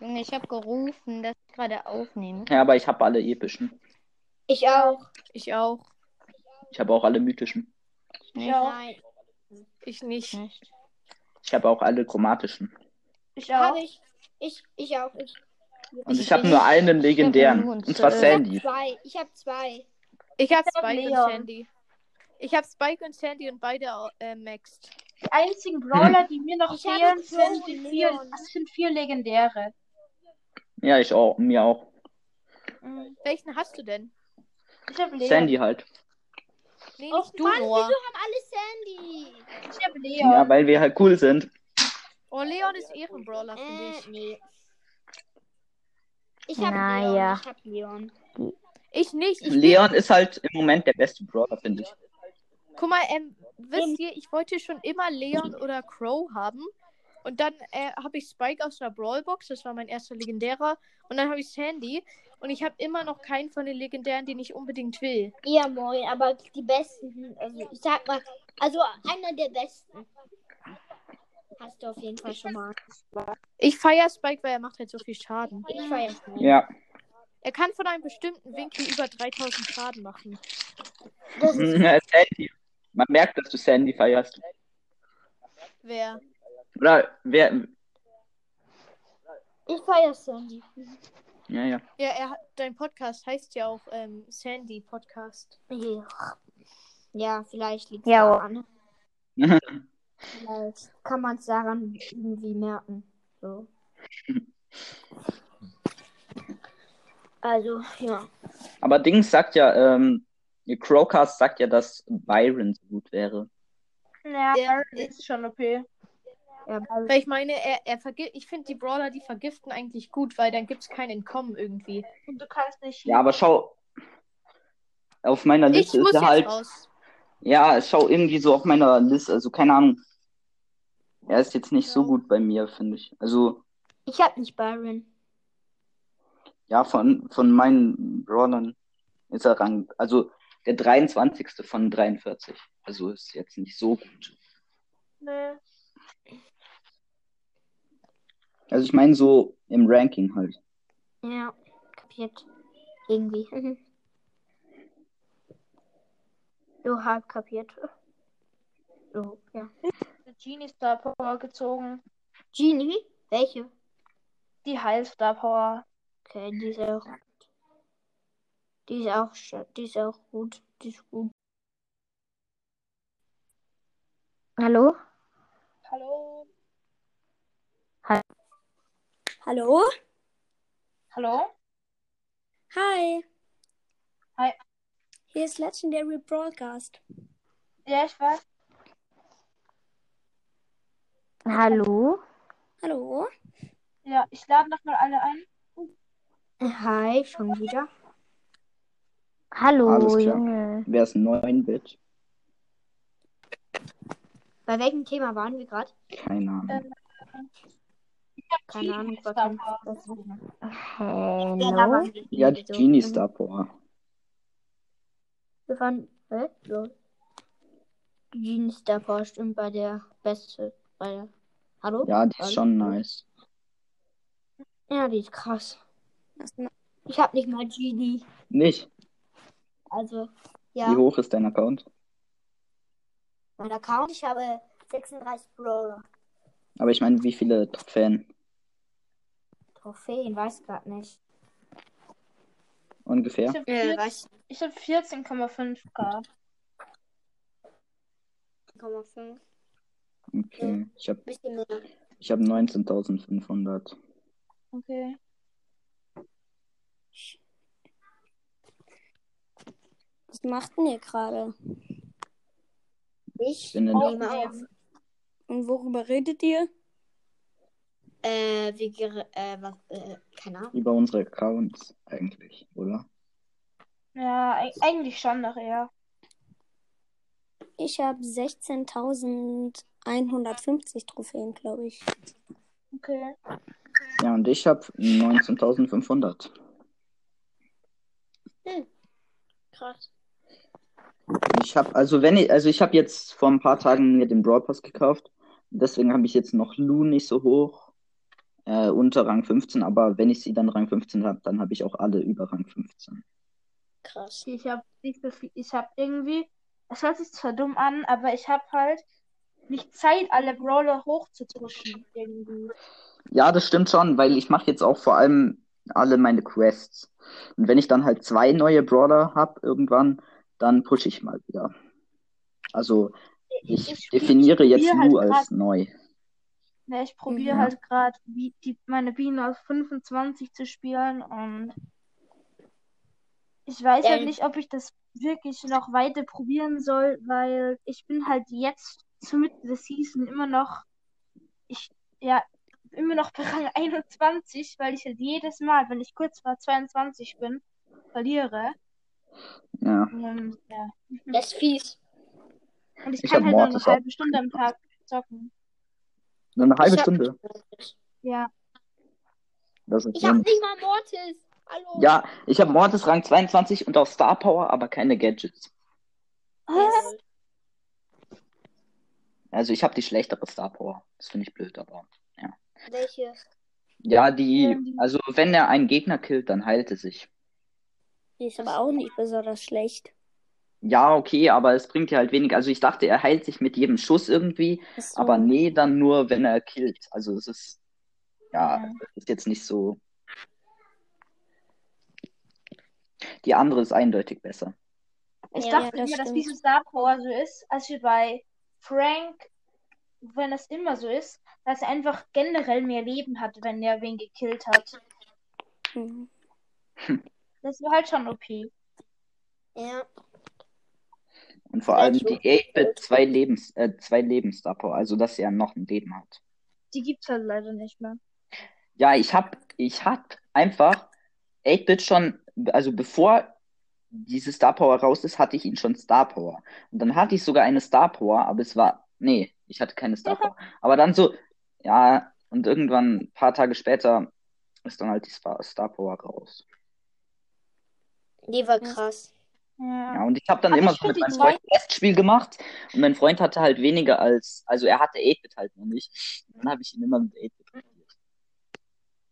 [SPEAKER 1] Junge, ich habe gerufen, dass ich gerade aufnehme.
[SPEAKER 7] Ja, aber ich habe alle epischen.
[SPEAKER 5] Ich auch.
[SPEAKER 4] Ich auch.
[SPEAKER 7] Ich habe auch alle mythischen.
[SPEAKER 5] Nein.
[SPEAKER 4] Ich nicht.
[SPEAKER 5] Hm.
[SPEAKER 1] Nicht.
[SPEAKER 7] Ich habe auch alle chromatischen.
[SPEAKER 5] Ich auch. Ich, ich, ich auch. Ich,
[SPEAKER 7] Und ich,
[SPEAKER 1] Ich
[SPEAKER 7] habe
[SPEAKER 1] bin-
[SPEAKER 7] nur einen
[SPEAKER 1] hab
[SPEAKER 7] legendären.
[SPEAKER 1] nur einen
[SPEAKER 7] Und, zwar
[SPEAKER 1] Zwerg.
[SPEAKER 7] Sandy.
[SPEAKER 5] zwei. Ich habe zwei.
[SPEAKER 4] Ich hab
[SPEAKER 2] hab
[SPEAKER 4] Spike
[SPEAKER 2] Leon.
[SPEAKER 4] und Sandy. Ich hab Spike und Sandy und beide au- äh, maxed.
[SPEAKER 2] Die einzigen Brawler, die mir noch
[SPEAKER 5] Ich hab
[SPEAKER 2] fehlen,
[SPEAKER 5] so
[SPEAKER 2] sind die vier,
[SPEAKER 5] Leon.
[SPEAKER 2] das sind vier legendäre.
[SPEAKER 7] Ja, ich auch. Mir auch.
[SPEAKER 4] Welchen hast du denn?
[SPEAKER 2] Ich habe Leon.
[SPEAKER 7] Sandy halt.
[SPEAKER 4] Nee,
[SPEAKER 5] Och,
[SPEAKER 4] nicht du, Oh,
[SPEAKER 5] Mann,
[SPEAKER 4] Noah.
[SPEAKER 5] Wir haben alle Sandy.
[SPEAKER 2] Ich habe Leon.
[SPEAKER 7] Ja. weil wir halt cool sind.
[SPEAKER 4] Oh, Leon ist Ehrenbrawler, finde
[SPEAKER 5] Äh,
[SPEAKER 4] ich.
[SPEAKER 5] nee. Ich habe Leon.
[SPEAKER 1] Naja.
[SPEAKER 5] Ich habe Leon.
[SPEAKER 4] Ich nicht. Ich
[SPEAKER 7] Leon ist halt im Moment der beste Brawler, finde ich.
[SPEAKER 4] Guck mal, ähm, wisst ihr, ich wollte schon immer Leon oder Crow haben. Und dann äh, habe ich Spike aus einer Brawlbox, das war mein erster legendärer. Und dann habe ich Sandy. Und ich habe immer noch keinen von den legendären, den ich unbedingt will.
[SPEAKER 5] Ja, moin. Aber die besten. Also, ich sag mal. Also, einer der besten. Hast du auf jeden Fall schon mal.
[SPEAKER 4] Ich feiere Spike, weil er macht halt so viel Schaden.
[SPEAKER 5] Ich weiß nicht.
[SPEAKER 7] Ja.
[SPEAKER 4] Er kann von einem bestimmten Winkel über 3000 Schaden machen.
[SPEAKER 5] Das ist
[SPEAKER 7] Mhm, Sandy. Man merkt, dass du Sandy feierst.
[SPEAKER 4] Wer?
[SPEAKER 7] Oder wer.
[SPEAKER 5] Ich feiere Sandy.
[SPEAKER 7] Ja, ja.
[SPEAKER 4] Ja, er hat, dein Podcast heißt ja auch ähm, Sandy Podcast.
[SPEAKER 5] Ja. Ja, vielleicht liegt es
[SPEAKER 1] Ja,
[SPEAKER 5] daran. Vielleicht kann man es daran irgendwie merken. So. Also, ja.
[SPEAKER 7] Aber Dings sagt ja, ähm, Crowcast sagt ja, dass Byron so gut wäre.
[SPEAKER 2] Ja,
[SPEAKER 4] Ja.
[SPEAKER 2] ist schon okay.
[SPEAKER 5] ja weil-
[SPEAKER 4] Weil ich meine, er, er vergi- ich finde die Brawler, die vergiften eigentlich gut, weil dann gibt es kein Entkommen irgendwie.
[SPEAKER 2] Und du kannst nicht.
[SPEAKER 7] Ja, aber schau. Auf meiner
[SPEAKER 4] Ich
[SPEAKER 7] Liste
[SPEAKER 4] muss
[SPEAKER 7] ist
[SPEAKER 4] jetzt
[SPEAKER 7] er halt.
[SPEAKER 4] raus.
[SPEAKER 7] Ja, schau irgendwie so auf meiner Liste. Also keine Ahnung. Er ist jetzt nicht so
[SPEAKER 4] Ja.
[SPEAKER 7] gut bei mir, finde ich. Also,
[SPEAKER 5] ich hab nicht Byron.
[SPEAKER 7] ja, von, von meinen Brawlern ist er Rang. Also der 23. von 43. Also ist jetzt nicht so gut.
[SPEAKER 2] Nee.
[SPEAKER 7] Also ich meine so im Ranking halt.
[SPEAKER 5] Ja, kapiert. Mhm. Irgendwie. so halb kapiert. So, ja.
[SPEAKER 2] Die Genie Star Power gezogen.
[SPEAKER 5] Genie? Welche?
[SPEAKER 2] Die Heil Star Power.
[SPEAKER 5] Okay, die ist auch gut. Die ist auch, sch- die ist auch gut. Die ist gut. Hallo?
[SPEAKER 2] Hallo?
[SPEAKER 1] Hallo?
[SPEAKER 2] Hallo?
[SPEAKER 1] Hi.
[SPEAKER 2] Hi.
[SPEAKER 1] Hier ist Legendary Broadcast.
[SPEAKER 2] Ja, ich weiß.
[SPEAKER 5] Hallo?
[SPEAKER 1] Hallo?
[SPEAKER 2] Ja, ich lade nochmal alle ein.
[SPEAKER 5] Hi, schon wieder. Hallo,
[SPEAKER 7] Alles klar.
[SPEAKER 5] Junge.
[SPEAKER 7] Wer ist neun Bit?
[SPEAKER 5] Bei welchem Thema waren wir gerade?
[SPEAKER 7] Keine
[SPEAKER 4] Ähm,
[SPEAKER 7] Ahnung.
[SPEAKER 5] Keine Ahnung,
[SPEAKER 2] Genie
[SPEAKER 5] war
[SPEAKER 2] Star
[SPEAKER 5] kein-
[SPEAKER 2] Power.
[SPEAKER 5] Hello?
[SPEAKER 1] Ja, da waren wir.
[SPEAKER 7] Ja, die
[SPEAKER 5] so.
[SPEAKER 7] Genie
[SPEAKER 5] Mhm.
[SPEAKER 4] Ähm,
[SPEAKER 7] Star Power.
[SPEAKER 5] Wir waren. Hä? So. Genie Star Power stimmt bei der Beste. Bei der. Hallo?
[SPEAKER 7] Ja, die ist schon nice.
[SPEAKER 5] Ja, die ist krass.
[SPEAKER 1] Was denn?
[SPEAKER 5] Ich hab nicht mal Genie.
[SPEAKER 7] Nicht?
[SPEAKER 5] Also,
[SPEAKER 7] Wie
[SPEAKER 5] ja,
[SPEAKER 7] hoch ist dein Account?
[SPEAKER 5] mein Account. Ich habe 36 Brawler.
[SPEAKER 7] Aber ich meine, wie viele Trophäen?
[SPEAKER 5] Trophäen, weiß grad nicht.
[SPEAKER 7] Ungefähr?
[SPEAKER 2] Ich hab vier-
[SPEAKER 5] weiß.
[SPEAKER 2] ich hab 14,5k.
[SPEAKER 5] 1,5.
[SPEAKER 7] Okay. Ich habe
[SPEAKER 5] Bisschen mehr.
[SPEAKER 7] ich hab 19.500.
[SPEAKER 2] Okay.
[SPEAKER 1] Was macht denn ihr gerade?
[SPEAKER 5] Ich
[SPEAKER 7] Bin in-
[SPEAKER 5] nehme auf.
[SPEAKER 1] Und worüber redet ihr?
[SPEAKER 5] Äh, wie. gere- Äh, was. Äh, keine Ahnung.
[SPEAKER 7] Über unsere Accounts eigentlich, oder?
[SPEAKER 2] Ja, eig- eigentlich schon noch eher.
[SPEAKER 1] Ich habe 16.150 Trophäen, glaube ich.
[SPEAKER 2] Okay.
[SPEAKER 7] Ja, und ich habe 19.500.
[SPEAKER 5] Krass.
[SPEAKER 7] Ich habe, also wenn ich, also ich habe jetzt vor ein paar Tagen mir den Brawl Pass gekauft. Deswegen habe ich jetzt noch Lu nicht so hoch. Äh, unter Rang 15, aber wenn ich sie dann Rang 15 habe, dann habe ich auch alle über Rang 15.
[SPEAKER 5] Krass.
[SPEAKER 2] Ich hab nicht so viel. Ich hab irgendwie. Es hört sich zwar dumm an, aber ich hab halt nicht Zeit, alle Brawler hochzudrücken. Irgendwie.
[SPEAKER 7] Ja, das stimmt schon, weil ich mache jetzt auch vor allem alle meine Quests. Und wenn ich dann halt zwei neue Brawler habe irgendwann, dann pushe ich mal wieder. Also ich,
[SPEAKER 2] Ich spiel-
[SPEAKER 7] definiere
[SPEAKER 2] ich
[SPEAKER 7] jetzt
[SPEAKER 2] spiel
[SPEAKER 7] Lu
[SPEAKER 2] halt
[SPEAKER 7] als neu.
[SPEAKER 2] Ja, ich probiere
[SPEAKER 7] Mhm.
[SPEAKER 2] halt gerade wie die, meine Bienen auf 25 zu spielen und ich weiß halt
[SPEAKER 5] Ähm.
[SPEAKER 2] nicht, ob ich das wirklich noch weiter probieren soll, weil ich bin halt jetzt zur Mitte der Season immer noch ich ja immer noch bei Rang 21, weil ich halt jedes Mal, wenn ich kurz vor 22 bin, verliere.
[SPEAKER 7] Ja.
[SPEAKER 2] Und, ja.
[SPEAKER 5] Das ist fies.
[SPEAKER 2] und ich
[SPEAKER 7] Ich
[SPEAKER 2] kann
[SPEAKER 7] hab
[SPEAKER 2] halt nur eine
[SPEAKER 7] Mortis auch.
[SPEAKER 2] halbe Stunde am Tag zocken.
[SPEAKER 7] Nur eine halbe
[SPEAKER 5] Ich hab-
[SPEAKER 7] Stunde.
[SPEAKER 2] Ja,
[SPEAKER 7] Das ist
[SPEAKER 5] Ich hab
[SPEAKER 7] wenig.
[SPEAKER 5] nicht mal Mortis. Hallo.
[SPEAKER 7] Ja, ich habe Mortis Rang 22 und auch Star Power, aber keine Gadgets. Also ich habe die schlechtere Star Power. Das finde ich blöd, aber.
[SPEAKER 5] Welche?
[SPEAKER 7] Ja, die.
[SPEAKER 2] Ähm, die-
[SPEAKER 7] Also wenn er einen Gegner killt, dann heilt er sich.
[SPEAKER 1] Die ist aber auch nicht besonders schlecht.
[SPEAKER 7] Ja, okay, aber es bringt ja halt wenig. Also ich dachte, er heilt sich mit jedem Schuss irgendwie,
[SPEAKER 1] Ist so-
[SPEAKER 7] aber nee, dann nur, wenn er killt. Also es ist. Ja,
[SPEAKER 2] Ja.
[SPEAKER 7] es ist jetzt nicht so. Die andere ist eindeutig besser.
[SPEAKER 2] Ich
[SPEAKER 1] Ja,
[SPEAKER 2] dachte
[SPEAKER 1] das
[SPEAKER 2] immer, dass
[SPEAKER 1] stimmt.
[SPEAKER 2] diese Star Power so ist, als wir bei Frank, wenn das immer so ist, dass er einfach generell mehr Leben hat, wenn er wen gekillt hat. Mhm.
[SPEAKER 1] Hm.
[SPEAKER 2] Das war halt schon OP.
[SPEAKER 5] Ja.
[SPEAKER 7] Und vor
[SPEAKER 5] Ja,
[SPEAKER 7] allem
[SPEAKER 5] ich
[SPEAKER 7] die 8-Bit zwei Lebens, äh, zwei Lebens Star Power, also dass er noch ein Leben hat.
[SPEAKER 2] Die gibt's halt leider nicht mehr.
[SPEAKER 7] Ja, ich hab, ich hab einfach 8-Bit schon, also bevor diese Star Power raus ist, hatte ich ihn schon Star Power. Und dann hatte ich sogar eine Star Power, aber es war, nee, ich hatte keine Star Power. Aber dann so, ja, und irgendwann, ein paar Tage später, ist dann halt die Spa- Star Power raus.
[SPEAKER 5] Die war krass.
[SPEAKER 2] Ja.
[SPEAKER 7] Ja, und ich habe dann
[SPEAKER 2] Aber
[SPEAKER 7] immer
[SPEAKER 2] ich
[SPEAKER 7] so mit
[SPEAKER 2] find
[SPEAKER 7] meinem
[SPEAKER 2] die
[SPEAKER 7] Freund ein Testspiel gemacht und mein Freund hatte halt weniger als, also er hatte 8-Bit halt noch nicht. Dann habe ich ihn immer mit 8-Bit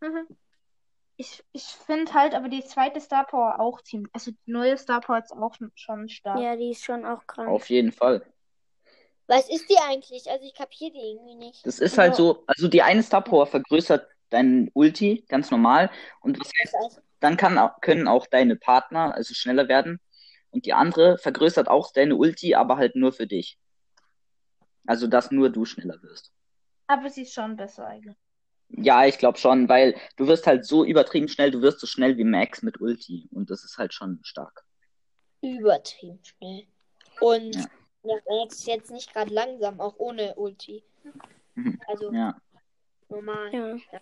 [SPEAKER 7] gespielt.
[SPEAKER 2] Ich, ich finde halt aber die zweite Star Power auch ziemlich. Also die neue Star Power ist auch schon stark.
[SPEAKER 8] Ja, die ist schon auch
[SPEAKER 1] Mhm.
[SPEAKER 8] krank.
[SPEAKER 7] Auf jeden Fall.
[SPEAKER 5] Was ist die eigentlich? Also ich kapiere die irgendwie nicht.
[SPEAKER 7] Das ist halt so, also die eine Star Power vergrößert deinen Ulti, ganz normal. Und was heißt, dann kann, au- können auch deine Partner also schneller werden. Und die andere vergrößert auch deine Ulti, aber halt nur für dich. Also, dass nur du schneller wirst.
[SPEAKER 2] Aber sie ist schon besser eigentlich.
[SPEAKER 7] Ja, ich glaube schon, weil du wirst halt so übertrieben schnell, du wirst so schnell wie Max mit Ulti. Und das ist halt schon stark.
[SPEAKER 5] Übertrieben schnell. Und
[SPEAKER 7] Ja.
[SPEAKER 5] ja. Max ist jetzt nicht gerade langsam, auch ohne Ulti.
[SPEAKER 7] Mhm.
[SPEAKER 5] Also
[SPEAKER 7] Ja. Oh.
[SPEAKER 5] normal.
[SPEAKER 8] Ja.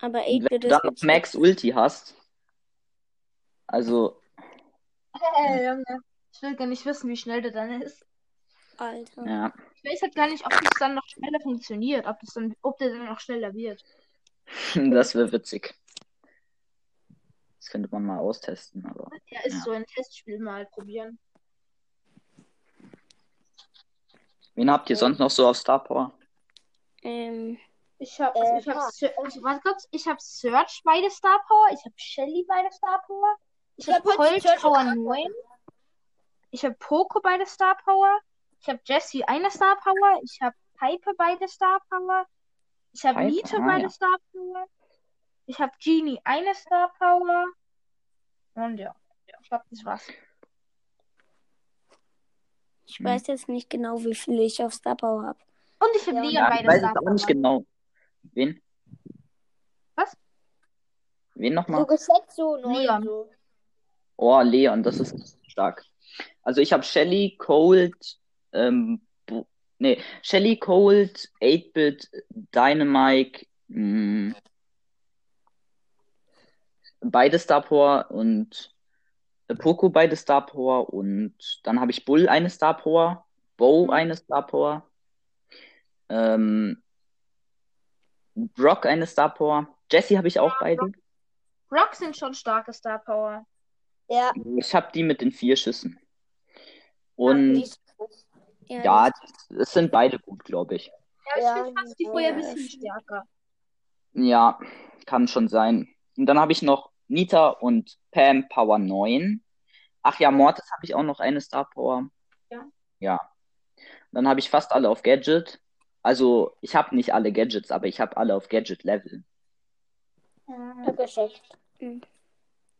[SPEAKER 8] Aber
[SPEAKER 7] Und wenn
[SPEAKER 8] 8-Bit
[SPEAKER 7] du
[SPEAKER 8] ist
[SPEAKER 7] dann noch Max Ulti hast, also,
[SPEAKER 2] Hey, Junge. Ich will gar nicht wissen, wie schnell der dann ist.
[SPEAKER 8] Alter.
[SPEAKER 7] ja.
[SPEAKER 2] Ich weiß halt gar nicht, ob das dann noch schneller funktioniert, ob das dann, ob der dann noch schneller wird.
[SPEAKER 7] Das wäre witzig. Das könnte man mal austesten, aber.
[SPEAKER 2] Ja, ist
[SPEAKER 7] Ja.
[SPEAKER 2] so ein Testspiel mal probieren.
[SPEAKER 7] Wen habt ihr sonst noch so auf Star Power?
[SPEAKER 8] Ähm,
[SPEAKER 2] Ich hab,
[SPEAKER 5] Äh,
[SPEAKER 2] ich hab, Se- also, warte kurz, ich hab Search bei der Star Power, ich hab Shelly bei der Star Power, ich,
[SPEAKER 5] Ich
[SPEAKER 2] hab
[SPEAKER 5] hab heute
[SPEAKER 2] Colt
[SPEAKER 5] Search
[SPEAKER 2] Power
[SPEAKER 5] und
[SPEAKER 2] 9, ich hab Poco bei der Star Power, ich hab Jessie eine Star Power, ich hab Piper bei der Star Power, ich hab
[SPEAKER 7] Piper,
[SPEAKER 2] Nita
[SPEAKER 7] ah,
[SPEAKER 2] bei
[SPEAKER 7] ja.
[SPEAKER 2] der Star Power, ich hab Genie eine Star Power und ja, ja ich glaub, das war's.
[SPEAKER 8] ich
[SPEAKER 7] Hm.
[SPEAKER 8] weiß jetzt nicht genau, wie viele ich auf Star Power habe.
[SPEAKER 2] Und ich hab Leon
[SPEAKER 7] Ja,
[SPEAKER 2] bei
[SPEAKER 7] ich
[SPEAKER 2] der
[SPEAKER 7] weiß
[SPEAKER 2] Star
[SPEAKER 7] jetzt auch
[SPEAKER 2] Power.
[SPEAKER 7] nicht genau. Wen?
[SPEAKER 2] Was?
[SPEAKER 7] Wen
[SPEAKER 5] So
[SPEAKER 7] nochmal?
[SPEAKER 5] geschätzt so neu
[SPEAKER 2] Leon.
[SPEAKER 5] so.
[SPEAKER 7] Oh, Leon, das ist stark. Also ich habe Shelly, Cold, ähm, Bo- nee, Shelly, Cold, 8-Bit, Dynamike, hm, mh, beide Star Power und äh, Poco beide Star Power und dann habe ich Bull eine Star Power, Bow eine Star Power, ähm, Brock eine Star Power, Jessie habe ich auch beide.
[SPEAKER 2] Brock sind schon starke Star Power.
[SPEAKER 5] Ja,
[SPEAKER 7] Ich habe die mit den vier Schüssen. Und
[SPEAKER 8] Ja,
[SPEAKER 7] Ja, es sind beide gut, glaube ich.
[SPEAKER 2] Ja,
[SPEAKER 5] Ja,
[SPEAKER 2] ich finde fast die vorher ein
[SPEAKER 8] ja,
[SPEAKER 2] bisschen stärker.
[SPEAKER 7] Ja, kann schon sein. Und dann habe ich noch Nita und Pam Power 9. Ach ja, Mortis habe ich auch noch eine Star Power.
[SPEAKER 2] Ja.
[SPEAKER 7] Ja. Dann habe ich fast alle auf Gadget. Also, ich habe nicht alle Gadgets, aber ich habe alle auf Gadget Level.
[SPEAKER 5] so geschätzt.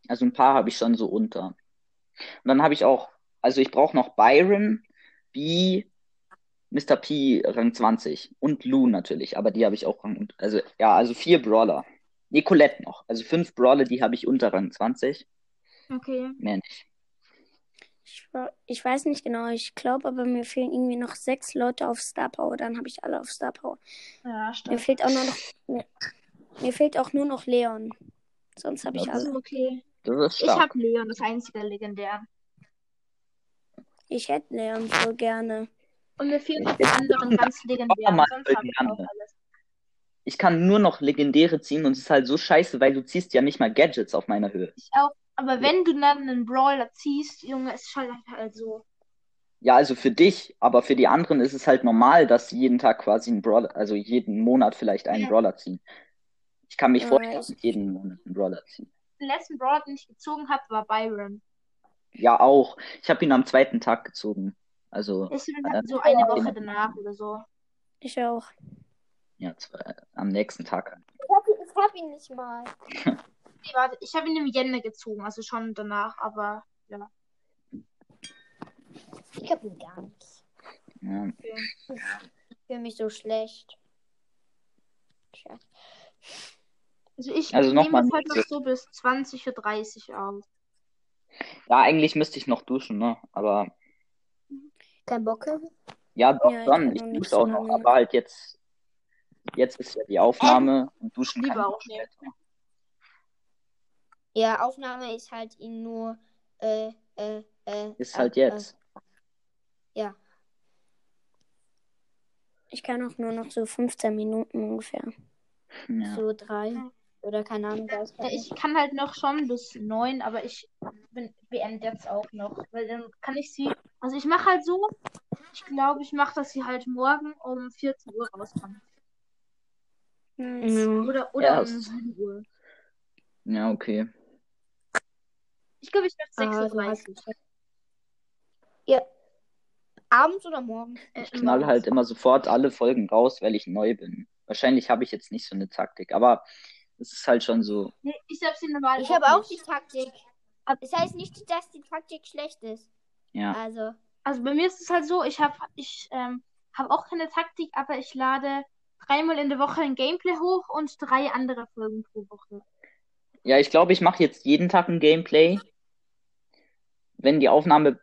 [SPEAKER 7] Also ein paar habe ich schon so unter. Und dann habe ich auch, also ich brauche noch Byron, B, Mr. P Rang 20 und Lou natürlich, aber die habe ich auch Rang unter. Also ja, also vier Brawler. Nee, Colette noch. Also fünf Brawler, die habe ich unter Rang 20.
[SPEAKER 2] Okay.
[SPEAKER 7] Mehr nicht.
[SPEAKER 8] Ich, wa- ich weiß nicht genau, ich glaube, aber mir fehlen irgendwie noch sechs Leute auf Star Power. Dann habe ich alle auf Star Power.
[SPEAKER 2] Ja,
[SPEAKER 8] Mir
[SPEAKER 2] stimmt.
[SPEAKER 8] fehlt auch nur noch, mir, mir fehlt auch nur noch Leon. Sonst habe ich
[SPEAKER 7] Ja,
[SPEAKER 8] alle.
[SPEAKER 2] Okay.
[SPEAKER 7] Das ist
[SPEAKER 2] Ich
[SPEAKER 7] stark.
[SPEAKER 2] hab Leon, das einzige legendär.
[SPEAKER 8] Ich hätte Leon so gerne.
[SPEAKER 2] Und mir fehlen noch die anderen ganz legendären.
[SPEAKER 7] Nochmal
[SPEAKER 2] Sonst hab ich auch
[SPEAKER 7] legendär.
[SPEAKER 2] alles.
[SPEAKER 7] Ich kann nur noch Legendäre ziehen und es ist halt so scheiße, weil du ziehst ja nicht mal Gadgets auf meiner Höhe.
[SPEAKER 2] Ich auch. Aber wenn du dann einen Brawler ziehst, Junge, es scheitert halt so.
[SPEAKER 7] Ja, also für dich, aber für die anderen ist es halt normal, dass sie jeden Tag quasi einen Brawler, also jeden Monat vielleicht einen
[SPEAKER 2] Ja.
[SPEAKER 7] Brawler ziehen. Ich kann mich
[SPEAKER 8] Ja,
[SPEAKER 7] vorstellen,
[SPEAKER 8] ich-
[SPEAKER 7] dass ich jeden Monat einen Brawler ziehen.
[SPEAKER 2] Den letzten Brawler, den ich gezogen hab, war Byron.
[SPEAKER 7] Ja, auch. Ich habe ihn am zweiten Tag gezogen. Also,
[SPEAKER 2] Ist halt
[SPEAKER 7] Ah, dann-
[SPEAKER 2] so eine
[SPEAKER 7] Ja.
[SPEAKER 2] Woche danach oder so.
[SPEAKER 8] Ich auch.
[SPEAKER 7] ja, zwei, am nächsten Tag.
[SPEAKER 5] Ich hab, ihn- ich hab ihn nicht mal.
[SPEAKER 2] Nee, warte, ich habe ihn im Jänner gezogen, also schon danach, aber
[SPEAKER 5] Ich hab ihn gar nicht.
[SPEAKER 7] Ja.
[SPEAKER 5] Ich fühle mich so schlecht.
[SPEAKER 2] also ich
[SPEAKER 7] Also noch
[SPEAKER 2] nehme
[SPEAKER 7] mal
[SPEAKER 2] es halt noch
[SPEAKER 7] Nita.
[SPEAKER 2] so bis 20.30 Uhr auf.
[SPEAKER 7] Ja, eigentlich müsste ich noch duschen, ne? Aber
[SPEAKER 5] Kein Bock.
[SPEAKER 7] ja, doch,
[SPEAKER 8] Ja, ich
[SPEAKER 7] schon.
[SPEAKER 8] kann
[SPEAKER 7] Ich
[SPEAKER 8] noch nicht
[SPEAKER 7] dusche
[SPEAKER 8] so
[SPEAKER 7] auch noch.
[SPEAKER 8] lange.
[SPEAKER 7] Aber halt jetzt, jetzt ist ja die Aufnahme und duschen
[SPEAKER 2] lieber
[SPEAKER 7] kann ich
[SPEAKER 2] auch
[SPEAKER 7] halt auch später.
[SPEAKER 5] Ja, Aufnahme ist halt ihn nur äh, äh, äh,
[SPEAKER 7] Ist
[SPEAKER 5] äh,
[SPEAKER 7] halt jetzt.
[SPEAKER 8] Ich kann auch nur noch so 15 Minuten ungefähr.
[SPEAKER 5] Äh,
[SPEAKER 7] Ja.
[SPEAKER 5] so drei. Oder keine Ahnung, weiß
[SPEAKER 2] Ja,
[SPEAKER 5] ich nicht.
[SPEAKER 2] ich kann halt noch schon bis neun, aber ich bin, beende jetzt auch noch, weil dann kann ich sie, also ich mache halt so, ich glaube, ich mache, dass sie halt morgen um 14 Uhr rauskommt.
[SPEAKER 1] Nice.
[SPEAKER 2] Oder, oder um
[SPEAKER 7] Erst.
[SPEAKER 2] 7 Uhr.
[SPEAKER 7] Ja, okay.
[SPEAKER 2] Ich glaube, ich mache
[SPEAKER 5] Ah,
[SPEAKER 2] 36.
[SPEAKER 5] Abends oder morgens?
[SPEAKER 7] Ich knall halt immer sofort alle Folgen raus, weil ich neu bin. Wahrscheinlich habe ich jetzt nicht so eine Taktik, aber es ist halt schon so.
[SPEAKER 2] Nee, ich habe sie normal.
[SPEAKER 5] Ich habe auch die
[SPEAKER 2] nicht.
[SPEAKER 5] Taktik. Es heißt nicht, dass die Taktik schlecht ist.
[SPEAKER 7] Ja.
[SPEAKER 5] Also,
[SPEAKER 2] Also bei mir ist es halt so, ich habe ich, ähm, hab auch keine Taktik, aber ich lade dreimal in der Woche ein Gameplay hoch und drei andere Folgen pro Woche.
[SPEAKER 7] Ja, ich glaube, ich mache jetzt jeden Tag ein Gameplay. Wenn die Aufnahme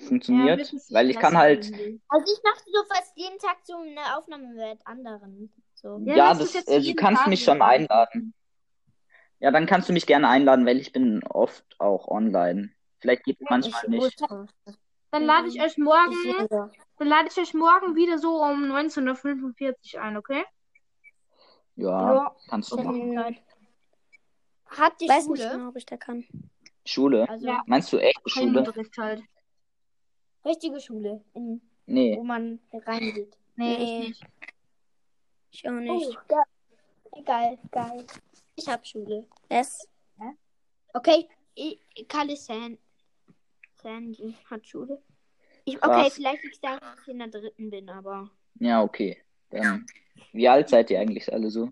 [SPEAKER 2] Ja,
[SPEAKER 7] funktioniert,
[SPEAKER 2] wissen Sie,
[SPEAKER 7] weil ich
[SPEAKER 2] was
[SPEAKER 7] kann halt.
[SPEAKER 2] irgendwie.
[SPEAKER 5] also ich mache so fast jeden Tag so eine Aufnahme mit anderen. So.
[SPEAKER 7] Ja,
[SPEAKER 2] Ja, das
[SPEAKER 7] das,
[SPEAKER 2] ist jetzt
[SPEAKER 7] äh, du
[SPEAKER 2] jeden
[SPEAKER 7] kannst
[SPEAKER 2] Tag
[SPEAKER 7] mich
[SPEAKER 2] so.
[SPEAKER 7] schon einladen. Ja, dann kannst du mich gerne einladen, weil ich bin oft auch online. Vielleicht geht es manchmal nicht.
[SPEAKER 2] Dann lade ich euch morgen, dann lade ich euch morgen wieder so um 19.45 Uhr ein, okay?
[SPEAKER 7] Ja, kannst du machen.
[SPEAKER 5] Hat die
[SPEAKER 1] Weiß nicht
[SPEAKER 5] Schule?
[SPEAKER 1] genau, ob ich da kann.
[SPEAKER 7] Schule.
[SPEAKER 5] Also
[SPEAKER 2] Ja.
[SPEAKER 7] Meinst du echte Schule?
[SPEAKER 2] Heimunterricht halt.
[SPEAKER 5] richtige Schule, in,
[SPEAKER 7] Nee.
[SPEAKER 2] Oh
[SPEAKER 5] wo man reingeht.
[SPEAKER 2] Nee,
[SPEAKER 1] Nee.
[SPEAKER 2] ich nicht.
[SPEAKER 1] Ich auch nicht.
[SPEAKER 5] Oh, Egal, geil. Ich habe Schule.
[SPEAKER 1] Es.
[SPEAKER 5] Okay, ich, Kalle San, Sandy hat Schule. Ich, okay,
[SPEAKER 7] Krass.
[SPEAKER 5] vielleicht liegt es daran, dass ich in der dritten bin, aber
[SPEAKER 7] Ja, okay. Dann, wie alt seid ihr eigentlich alle so?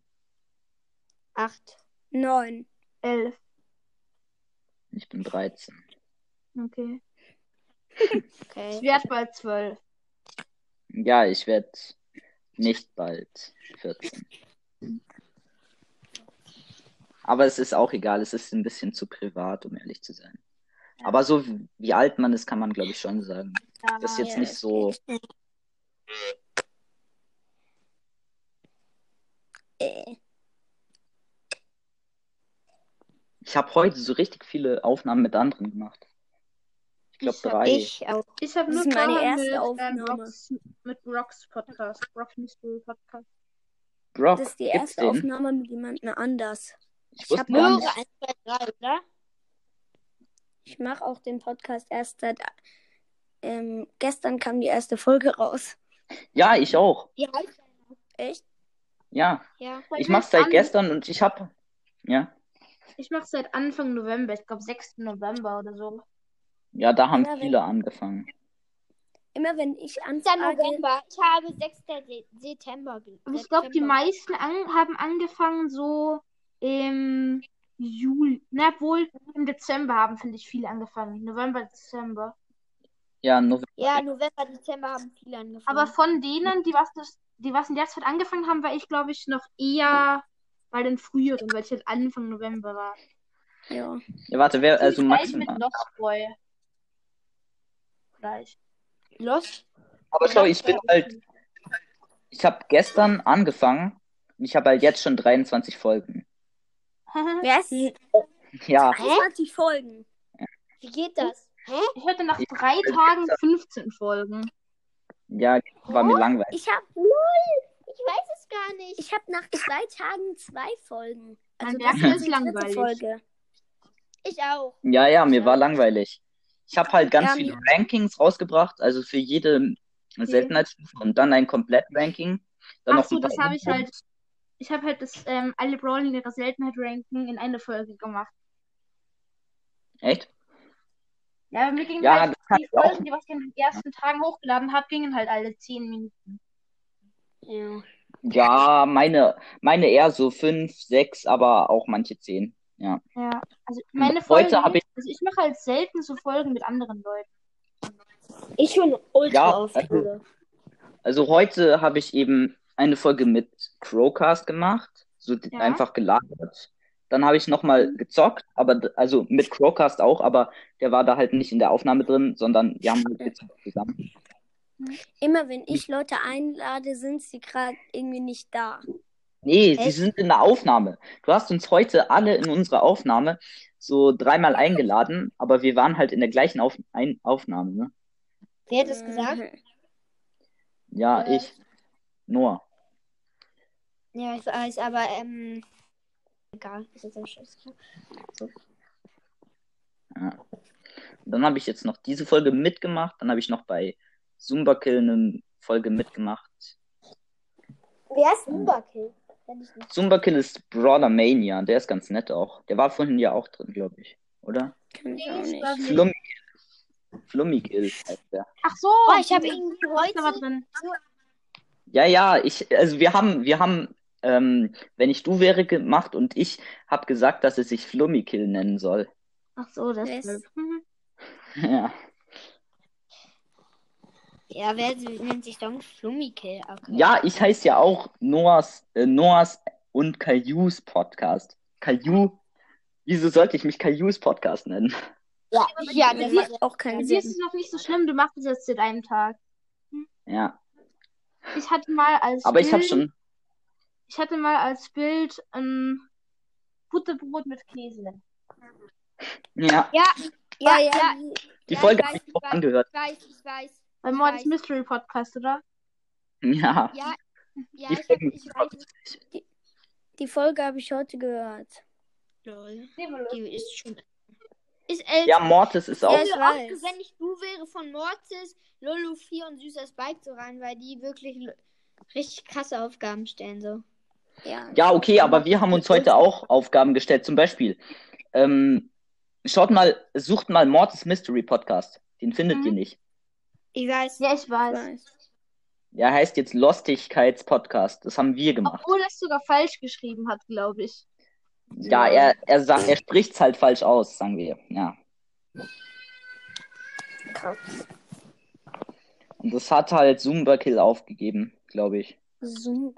[SPEAKER 5] acht.
[SPEAKER 1] Neun.
[SPEAKER 2] Elf.
[SPEAKER 7] Ich bin 13.
[SPEAKER 2] Okay. Ich
[SPEAKER 5] Okay.
[SPEAKER 2] werde bald zwölf.
[SPEAKER 7] Ja, ich werde nicht bald 14. Aber es ist auch egal, es ist ein bisschen zu privat, um ehrlich zu sein. Aber so wie- wie alt man ist, kann man, glaube ich, schon sagen. Das ist jetzt
[SPEAKER 1] Ja,
[SPEAKER 7] nicht
[SPEAKER 1] das
[SPEAKER 7] so.
[SPEAKER 1] Äh.
[SPEAKER 7] Ich habe heute so richtig viele Aufnahmen mit anderen gemacht. Ich glaube
[SPEAKER 2] Ich hab-
[SPEAKER 7] drei.
[SPEAKER 5] Ich auch.
[SPEAKER 2] Ich habe
[SPEAKER 1] Das
[SPEAKER 2] nur
[SPEAKER 1] ist meine
[SPEAKER 2] vorher
[SPEAKER 1] erste
[SPEAKER 2] mit, ähm,
[SPEAKER 1] Aufnahme.
[SPEAKER 2] Rocks, mit Rocks Podcast, Rock Mystery Podcast.
[SPEAKER 7] Brock,
[SPEAKER 1] Das ist die
[SPEAKER 7] gibt's
[SPEAKER 1] erste
[SPEAKER 7] den?
[SPEAKER 1] Aufnahme mit jemandem anders.
[SPEAKER 7] Ich
[SPEAKER 1] Ich
[SPEAKER 7] wusste
[SPEAKER 1] hab
[SPEAKER 7] gar
[SPEAKER 1] nur
[SPEAKER 7] nicht.
[SPEAKER 1] Ich mache auch den Podcast erst seit. Ähm, gestern kam die erste Folge raus.
[SPEAKER 7] Ja, ich auch.
[SPEAKER 5] Wie heißt
[SPEAKER 1] Echt?
[SPEAKER 7] Ja,
[SPEAKER 5] Ja.
[SPEAKER 7] ich mache seit gestern und ich habe. Ja,
[SPEAKER 2] Ich mache seit Anfang November, ich glaube 6. November oder so.
[SPEAKER 7] ja, da haben
[SPEAKER 1] Ja, wenn-
[SPEAKER 7] viele angefangen.
[SPEAKER 1] Immer wenn ich
[SPEAKER 5] Ah,
[SPEAKER 1] anfrage.
[SPEAKER 5] November. Ich habe 6. De- September. ge-
[SPEAKER 2] Aber ich glaube, die
[SPEAKER 5] September.
[SPEAKER 2] meisten an haben angefangen so im Juli. Na, wohl im Dezember haben, finde ich, viele angefangen. November, Dezember.
[SPEAKER 7] Ja, November.
[SPEAKER 5] Ja, November, Dezember haben viele angefangen.
[SPEAKER 2] Aber von denen, die was, das, die was in der Zeit angefangen haben, war ich, glaube ich, noch eher bei den früheren, weil ich halt Anfang November war.
[SPEAKER 1] Ja.
[SPEAKER 7] Ja, warte, wer, also
[SPEAKER 2] Gleich
[SPEAKER 7] Max.
[SPEAKER 2] mit Lochboy. Gleich.
[SPEAKER 5] Los?
[SPEAKER 7] Aber schau, ich bin halt, ich habe gestern angefangen und ich habe halt jetzt schon 23 Folgen.
[SPEAKER 1] Was?
[SPEAKER 7] Ja,
[SPEAKER 1] 20 Folgen.
[SPEAKER 5] Wie geht das? Hä?
[SPEAKER 2] Ich hatte nach
[SPEAKER 7] Ich-
[SPEAKER 2] drei Tagen 15 Folgen.
[SPEAKER 7] ja, war mir langweilig.
[SPEAKER 1] Ich habe
[SPEAKER 5] Ich weiß es gar nicht.
[SPEAKER 1] ich hab nach zwei Tagen zwei Folgen. Also
[SPEAKER 2] Man
[SPEAKER 1] das
[SPEAKER 2] merkt,
[SPEAKER 1] ist
[SPEAKER 2] das
[SPEAKER 1] die
[SPEAKER 2] ist
[SPEAKER 1] dritte
[SPEAKER 2] langweilig.
[SPEAKER 1] Folge.
[SPEAKER 5] Ich auch.
[SPEAKER 7] Ja, ja, mir war langweilig. Ich habe halt ganz
[SPEAKER 1] Ja,
[SPEAKER 7] viele Rankings rausgebracht, also für jede Seltenheitsstufe und dann ein Komplett-Ranking. Dann
[SPEAKER 2] Ach
[SPEAKER 7] noch
[SPEAKER 2] so,
[SPEAKER 7] ein paar
[SPEAKER 2] das habe ich
[SPEAKER 7] Infos.
[SPEAKER 2] halt. Ich habe halt das ähm, alle Brawling ihre Seltenheit ranken in eine Folge gemacht. halt
[SPEAKER 7] Echt?
[SPEAKER 2] Ja, aber mir gingen
[SPEAKER 7] Ja,
[SPEAKER 2] halt
[SPEAKER 7] das kann
[SPEAKER 2] die
[SPEAKER 7] ich auch.
[SPEAKER 2] Folgen, die was ich in den ersten Tagen hochgeladen habe, gingen halt alle 10 Minuten.
[SPEAKER 7] Ja, meine, meine eher so fünf, sechs, aber auch manche zehn. Ja.
[SPEAKER 2] Ja, also meine
[SPEAKER 7] heute
[SPEAKER 2] Folgen,
[SPEAKER 7] hab ich-
[SPEAKER 2] also ich mache halt selten so Folgen mit anderen Leuten.
[SPEAKER 5] Ich schon ultra
[SPEAKER 7] Ja,
[SPEAKER 5] oft.
[SPEAKER 7] also-
[SPEAKER 5] Bruder.
[SPEAKER 7] Also heute habe ich eben eine Folge mit Crowcast gemacht, so d-
[SPEAKER 2] Ja.
[SPEAKER 7] einfach gelagert. Dann habe ich nochmal gezockt, aber d- also mit Crowcast auch, aber der war da halt nicht in der Aufnahme drin, sondern wir haben halt gezockt zusammen.
[SPEAKER 1] Immer wenn ich Leute einlade, sind sie gerade irgendwie nicht da.
[SPEAKER 7] Nee, sie
[SPEAKER 5] Echt?
[SPEAKER 7] sind in der Aufnahme. Du hast uns heute alle in unsere Aufnahme so dreimal eingeladen, aber wir waren halt in der gleichen Auf ein Aufnahme, ne?
[SPEAKER 5] Wer hat das gesagt?
[SPEAKER 7] Ja,
[SPEAKER 5] Äh.
[SPEAKER 7] ich. Noah.
[SPEAKER 5] Ja, ich weiß, aber ähm. Egal, ist jetzt ein Schuss.
[SPEAKER 7] Dann habe ich jetzt noch diese Folge mitgemacht, dann habe ich noch bei Zumba Kill eine Folge mitgemacht.
[SPEAKER 5] Wer ist Umbakill? Wenn ich nicht.
[SPEAKER 7] Zumbakin ist Brawler Mania. Der ist ganz nett auch. Der war vorhin ja auch drin, glaube ich. Oder?
[SPEAKER 8] Kann ich auch nicht.
[SPEAKER 7] Flummigil. Flummigil heißt der.
[SPEAKER 6] Ach so.
[SPEAKER 5] Boah, ich habe irgendwie
[SPEAKER 6] da war
[SPEAKER 5] heute.
[SPEAKER 6] drin.
[SPEAKER 7] Ja, ja, ich, also wir haben, wir haben, ähm, wenn ich du wäre gemacht und ich habe gesagt, dass es sich Flummikill nennen soll.
[SPEAKER 1] Ach so, das
[SPEAKER 8] Yes.
[SPEAKER 1] ist.
[SPEAKER 7] Ja.
[SPEAKER 5] Ja, wer nennt sich dann Flummikill? Okay.
[SPEAKER 7] Ja, ich heiße ja auch Noahs, äh, Noahs und Kayus Podcast. Kayu, wieso sollte ich mich Kayus Podcast nennen?
[SPEAKER 5] ja, ja,
[SPEAKER 8] Das
[SPEAKER 5] das macht
[SPEAKER 8] macht auch
[SPEAKER 2] Also
[SPEAKER 8] keinen
[SPEAKER 6] Hier ist
[SPEAKER 8] Sinn.
[SPEAKER 6] es noch nicht so schlimm, du machst es jetzt seit einem Tag.
[SPEAKER 7] Ja,
[SPEAKER 6] Ich hatte mal als
[SPEAKER 7] aber ich habe
[SPEAKER 6] Bild-
[SPEAKER 7] schon,
[SPEAKER 6] Ich hatte mal als Bild
[SPEAKER 2] ähm,
[SPEAKER 6] ein Butterbrot mit Käse.
[SPEAKER 5] ja,
[SPEAKER 7] ja,
[SPEAKER 5] ja, ja,
[SPEAKER 8] Ah, ja.
[SPEAKER 7] die
[SPEAKER 5] ja,
[SPEAKER 7] Folge
[SPEAKER 5] ich
[SPEAKER 7] habe
[SPEAKER 5] weiß,
[SPEAKER 7] ich auch
[SPEAKER 5] ich weiß.
[SPEAKER 7] angehört.
[SPEAKER 5] ich weiß, ich weiß.
[SPEAKER 6] Beim
[SPEAKER 5] Ich
[SPEAKER 6] Mordes
[SPEAKER 5] weiß.
[SPEAKER 6] Mystery Podcast, oder?
[SPEAKER 7] Ja,
[SPEAKER 5] Ja, ja,
[SPEAKER 7] die
[SPEAKER 5] ich, hab,
[SPEAKER 7] Folge
[SPEAKER 5] ich weiß.
[SPEAKER 8] Die Folge habe ich heute gehört.
[SPEAKER 5] Lol. Die ist schon. Ist älter.
[SPEAKER 7] Ja, Mortis ist auch.
[SPEAKER 8] ich
[SPEAKER 5] Folge
[SPEAKER 8] weiß.
[SPEAKER 5] oft, wenn ich du wäre von Mortis, Lulu 4 und Süßer Spike so rein, weil die wirklich l- richtig krasse Aufgaben stellen. So.
[SPEAKER 8] Ja.
[SPEAKER 7] Ja, okay, aber wir haben uns heute auch Aufgaben gestellt. Zum Beispiel, ähm, schaut mal, sucht mal Mortis Mystery Podcast. Den findet
[SPEAKER 5] Mhm.
[SPEAKER 7] ihr nicht.
[SPEAKER 5] Ich weiß.
[SPEAKER 6] Ja, ich
[SPEAKER 8] Ich
[SPEAKER 6] weiß.
[SPEAKER 8] weiß.
[SPEAKER 7] Ja, heißt jetzt Lostigkeitspodcast. Das haben wir gemacht.
[SPEAKER 6] Obwohl er es sogar falsch geschrieben hat, glaube ich.
[SPEAKER 7] Ja, er, er sagt, er spricht's halt falsch aus, sagen wir. Ja.
[SPEAKER 8] Krass.
[SPEAKER 7] Und das hat halt Zumba-Kill aufgegeben, glaube ich.
[SPEAKER 8] Zoom.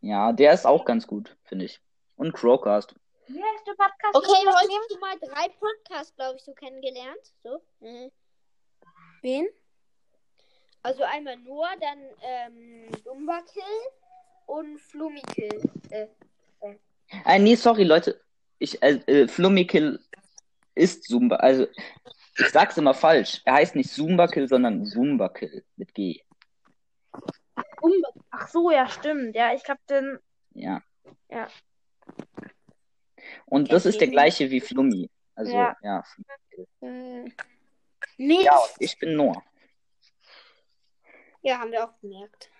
[SPEAKER 7] Ja, der ist auch ganz gut, finde ich. Und Crowcast.
[SPEAKER 2] Wie heißt der Podcast?
[SPEAKER 5] Okay, heute hast du mal drei Podcasts, glaube ich, so kennengelernt. So. Mhm.
[SPEAKER 8] Wen?
[SPEAKER 5] Also einmal Noah, dann ähm, Dumbakill und Flumikill.
[SPEAKER 7] Äh, nee, sorry, Leute. Ich, äh, äh, Flummikill ist Zumba. Also, ich sag's immer falsch. Er heißt nicht Zumba-Kill, sondern Zumba-Kill mit G.
[SPEAKER 2] Ach so, ja, stimmt. Ja, ich glaube, den.
[SPEAKER 7] Ja.
[SPEAKER 2] Ja.
[SPEAKER 7] Und das ist der gleiche wie Flummi. Also, ja.
[SPEAKER 2] Ja.
[SPEAKER 7] ja.
[SPEAKER 8] Äh,
[SPEAKER 5] Nee.
[SPEAKER 7] Ja, und ich bin Noah.
[SPEAKER 5] Ja, haben wir auch gemerkt.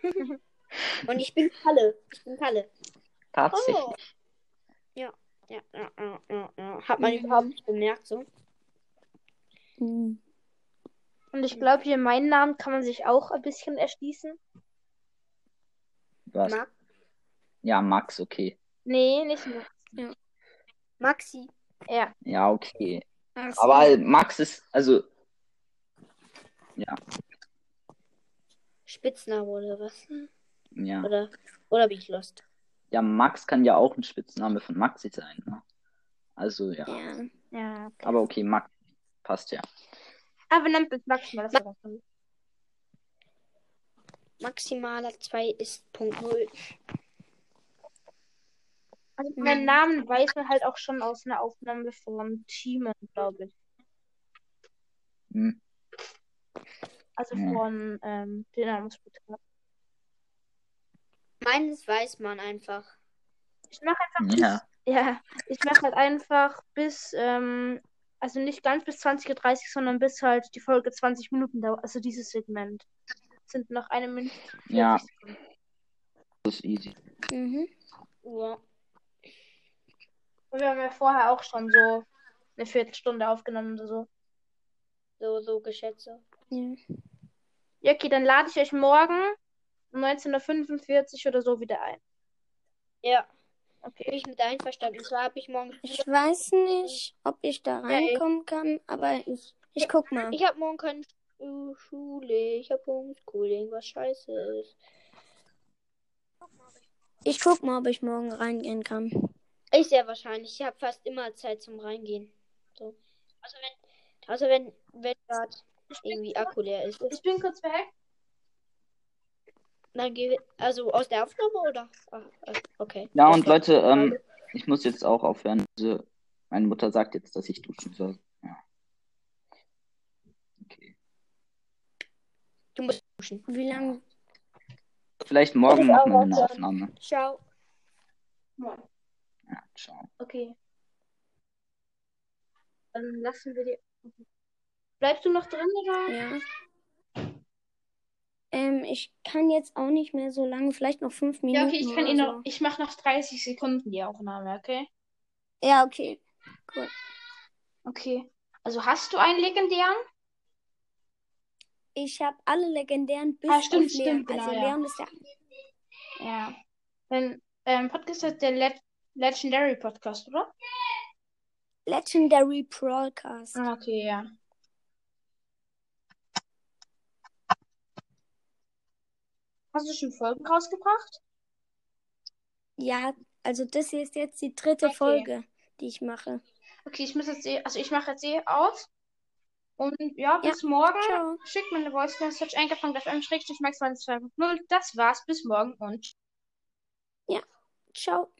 [SPEAKER 5] und ich bin Kalle. Ich bin Kalle.
[SPEAKER 7] Tatsächlich.
[SPEAKER 2] Oh.
[SPEAKER 5] Ja, ja, ja, ja, ja, ja. Hat man überhaupt nicht bemerkt, so.
[SPEAKER 8] hm.
[SPEAKER 2] Und ich glaube, hier meinen Namen kann man sich auch ein bisschen erschließen.
[SPEAKER 7] Was?
[SPEAKER 5] Max.
[SPEAKER 7] Ja, Max, okay.
[SPEAKER 2] Nee, nicht nur.
[SPEAKER 5] Maxi.
[SPEAKER 7] Ja, okay.
[SPEAKER 8] Ach so.
[SPEAKER 7] Aber Max ist, also,
[SPEAKER 5] Spitzname oder was?
[SPEAKER 2] Hm.
[SPEAKER 7] ja.
[SPEAKER 5] Oder, oder bin ich lost?
[SPEAKER 7] Ja, Max kann ja auch ein Spitzname von Maxi sein. Ne? Also, ja.
[SPEAKER 8] Ja.
[SPEAKER 2] Ja.
[SPEAKER 7] Aber okay, Max passt ja.
[SPEAKER 2] Aber nennt es maximal. Ah, Das war ganz
[SPEAKER 5] Maximaler 2 ist Punkt 0.
[SPEAKER 2] also,
[SPEAKER 7] Mhm.
[SPEAKER 2] meinen Namen weiß man halt auch schon aus einer Aufnahme von Timon, glaube ich.
[SPEAKER 7] Hm.
[SPEAKER 2] Also
[SPEAKER 7] Ja.
[SPEAKER 2] von ähm, Dynamosbetrag.
[SPEAKER 5] Meines weiß man einfach.
[SPEAKER 2] Ich mache einfach bis,
[SPEAKER 7] Ja.
[SPEAKER 2] ja. ich mache halt einfach bis, ähm, also nicht ganz bis 20.30 Uhr, sondern bis halt die Folge 20 Minuten dauert. Also dieses Segment. Sind noch eine Minute. 40
[SPEAKER 7] Ja.
[SPEAKER 2] Sekunden.
[SPEAKER 7] Das ist easy.
[SPEAKER 8] Mhm.
[SPEAKER 5] Ja.
[SPEAKER 2] Und wir haben ja vorher auch schon so eine Viertelstunde aufgenommen oder so.
[SPEAKER 5] So, so Geschätze.
[SPEAKER 8] Ja.
[SPEAKER 2] Ja, okay, dann lade ich euch morgen um 19.45 Uhr oder so wieder ein.
[SPEAKER 5] Ja, bin
[SPEAKER 2] Okay.
[SPEAKER 5] ich mit einverstanden. Zwar habe ich morgen.
[SPEAKER 8] Ich weiß nicht, ob ich da reinkommen kann, aber ich, ich guck mal.
[SPEAKER 5] Ich habe morgen keine Sch- äh, Schule. Ich habe Homeschooling, was scheiße ist.
[SPEAKER 8] Ich guck mal, ob ich morgen reingehen kann.
[SPEAKER 5] Ich sehr wahrscheinlich. Ich habe fast immer Zeit zum Reingehen. So. Also wenn, also wenn, wenn gerade irgendwie Akku leer ist.
[SPEAKER 2] Ich bin kurz weg.
[SPEAKER 5] Dann geh, also aus der Aufnahme oder? Ah, ah, okay.
[SPEAKER 7] Ja,
[SPEAKER 5] Das
[SPEAKER 7] und
[SPEAKER 5] war-
[SPEAKER 7] Leute, ähm, ich muss jetzt auch aufhören. Also, meine Mutter sagt jetzt, dass ich duschen soll. Ja. Okay.
[SPEAKER 5] Du musst duschen.
[SPEAKER 8] Wie lange?
[SPEAKER 7] Vielleicht morgen
[SPEAKER 5] Ich auch
[SPEAKER 7] machen wir eine
[SPEAKER 5] aufhören.
[SPEAKER 7] Aufnahme.
[SPEAKER 5] Ciao.
[SPEAKER 7] Ja, ciao.
[SPEAKER 2] Okay. Dann lassen wir die. Bleibst du noch drin oder?
[SPEAKER 8] Ja.
[SPEAKER 5] Ähm, ich kann jetzt auch nicht mehr so lange, vielleicht noch fünf Minuten.
[SPEAKER 3] Ja, okay, ich kann
[SPEAKER 5] oder
[SPEAKER 3] ihn
[SPEAKER 5] so.
[SPEAKER 3] noch. Ich mache noch 30 Sekunden die Aufnahme, okay?
[SPEAKER 5] Ja, okay.
[SPEAKER 3] Okay. Also hast du einen legendären?
[SPEAKER 5] Ich habe alle legendären bis
[SPEAKER 3] Ah, stimmt,
[SPEAKER 5] auf Leon.
[SPEAKER 3] stimmt, genau,
[SPEAKER 5] also
[SPEAKER 3] ja.
[SPEAKER 5] Leon ist der.
[SPEAKER 3] Ja. Dann, ähm, Podcast ist der Le Legendary Podcast, oder?
[SPEAKER 5] Legendary Broadcast.
[SPEAKER 3] Ah, okay, ja. Hast du schon Folgen rausgebracht?
[SPEAKER 5] Ja, also das hier ist jetzt die dritte
[SPEAKER 3] Okay.
[SPEAKER 5] Folge, die ich mache.
[SPEAKER 3] Okay, ich muss jetzt, eh- also ich mache jetzt eh aus. Und ja, bis morgen.
[SPEAKER 5] Ciao.
[SPEAKER 3] Schickt mir eine Voice Message eingefangen auf m max 2.0. Das war's, bis morgen und
[SPEAKER 5] Ciao.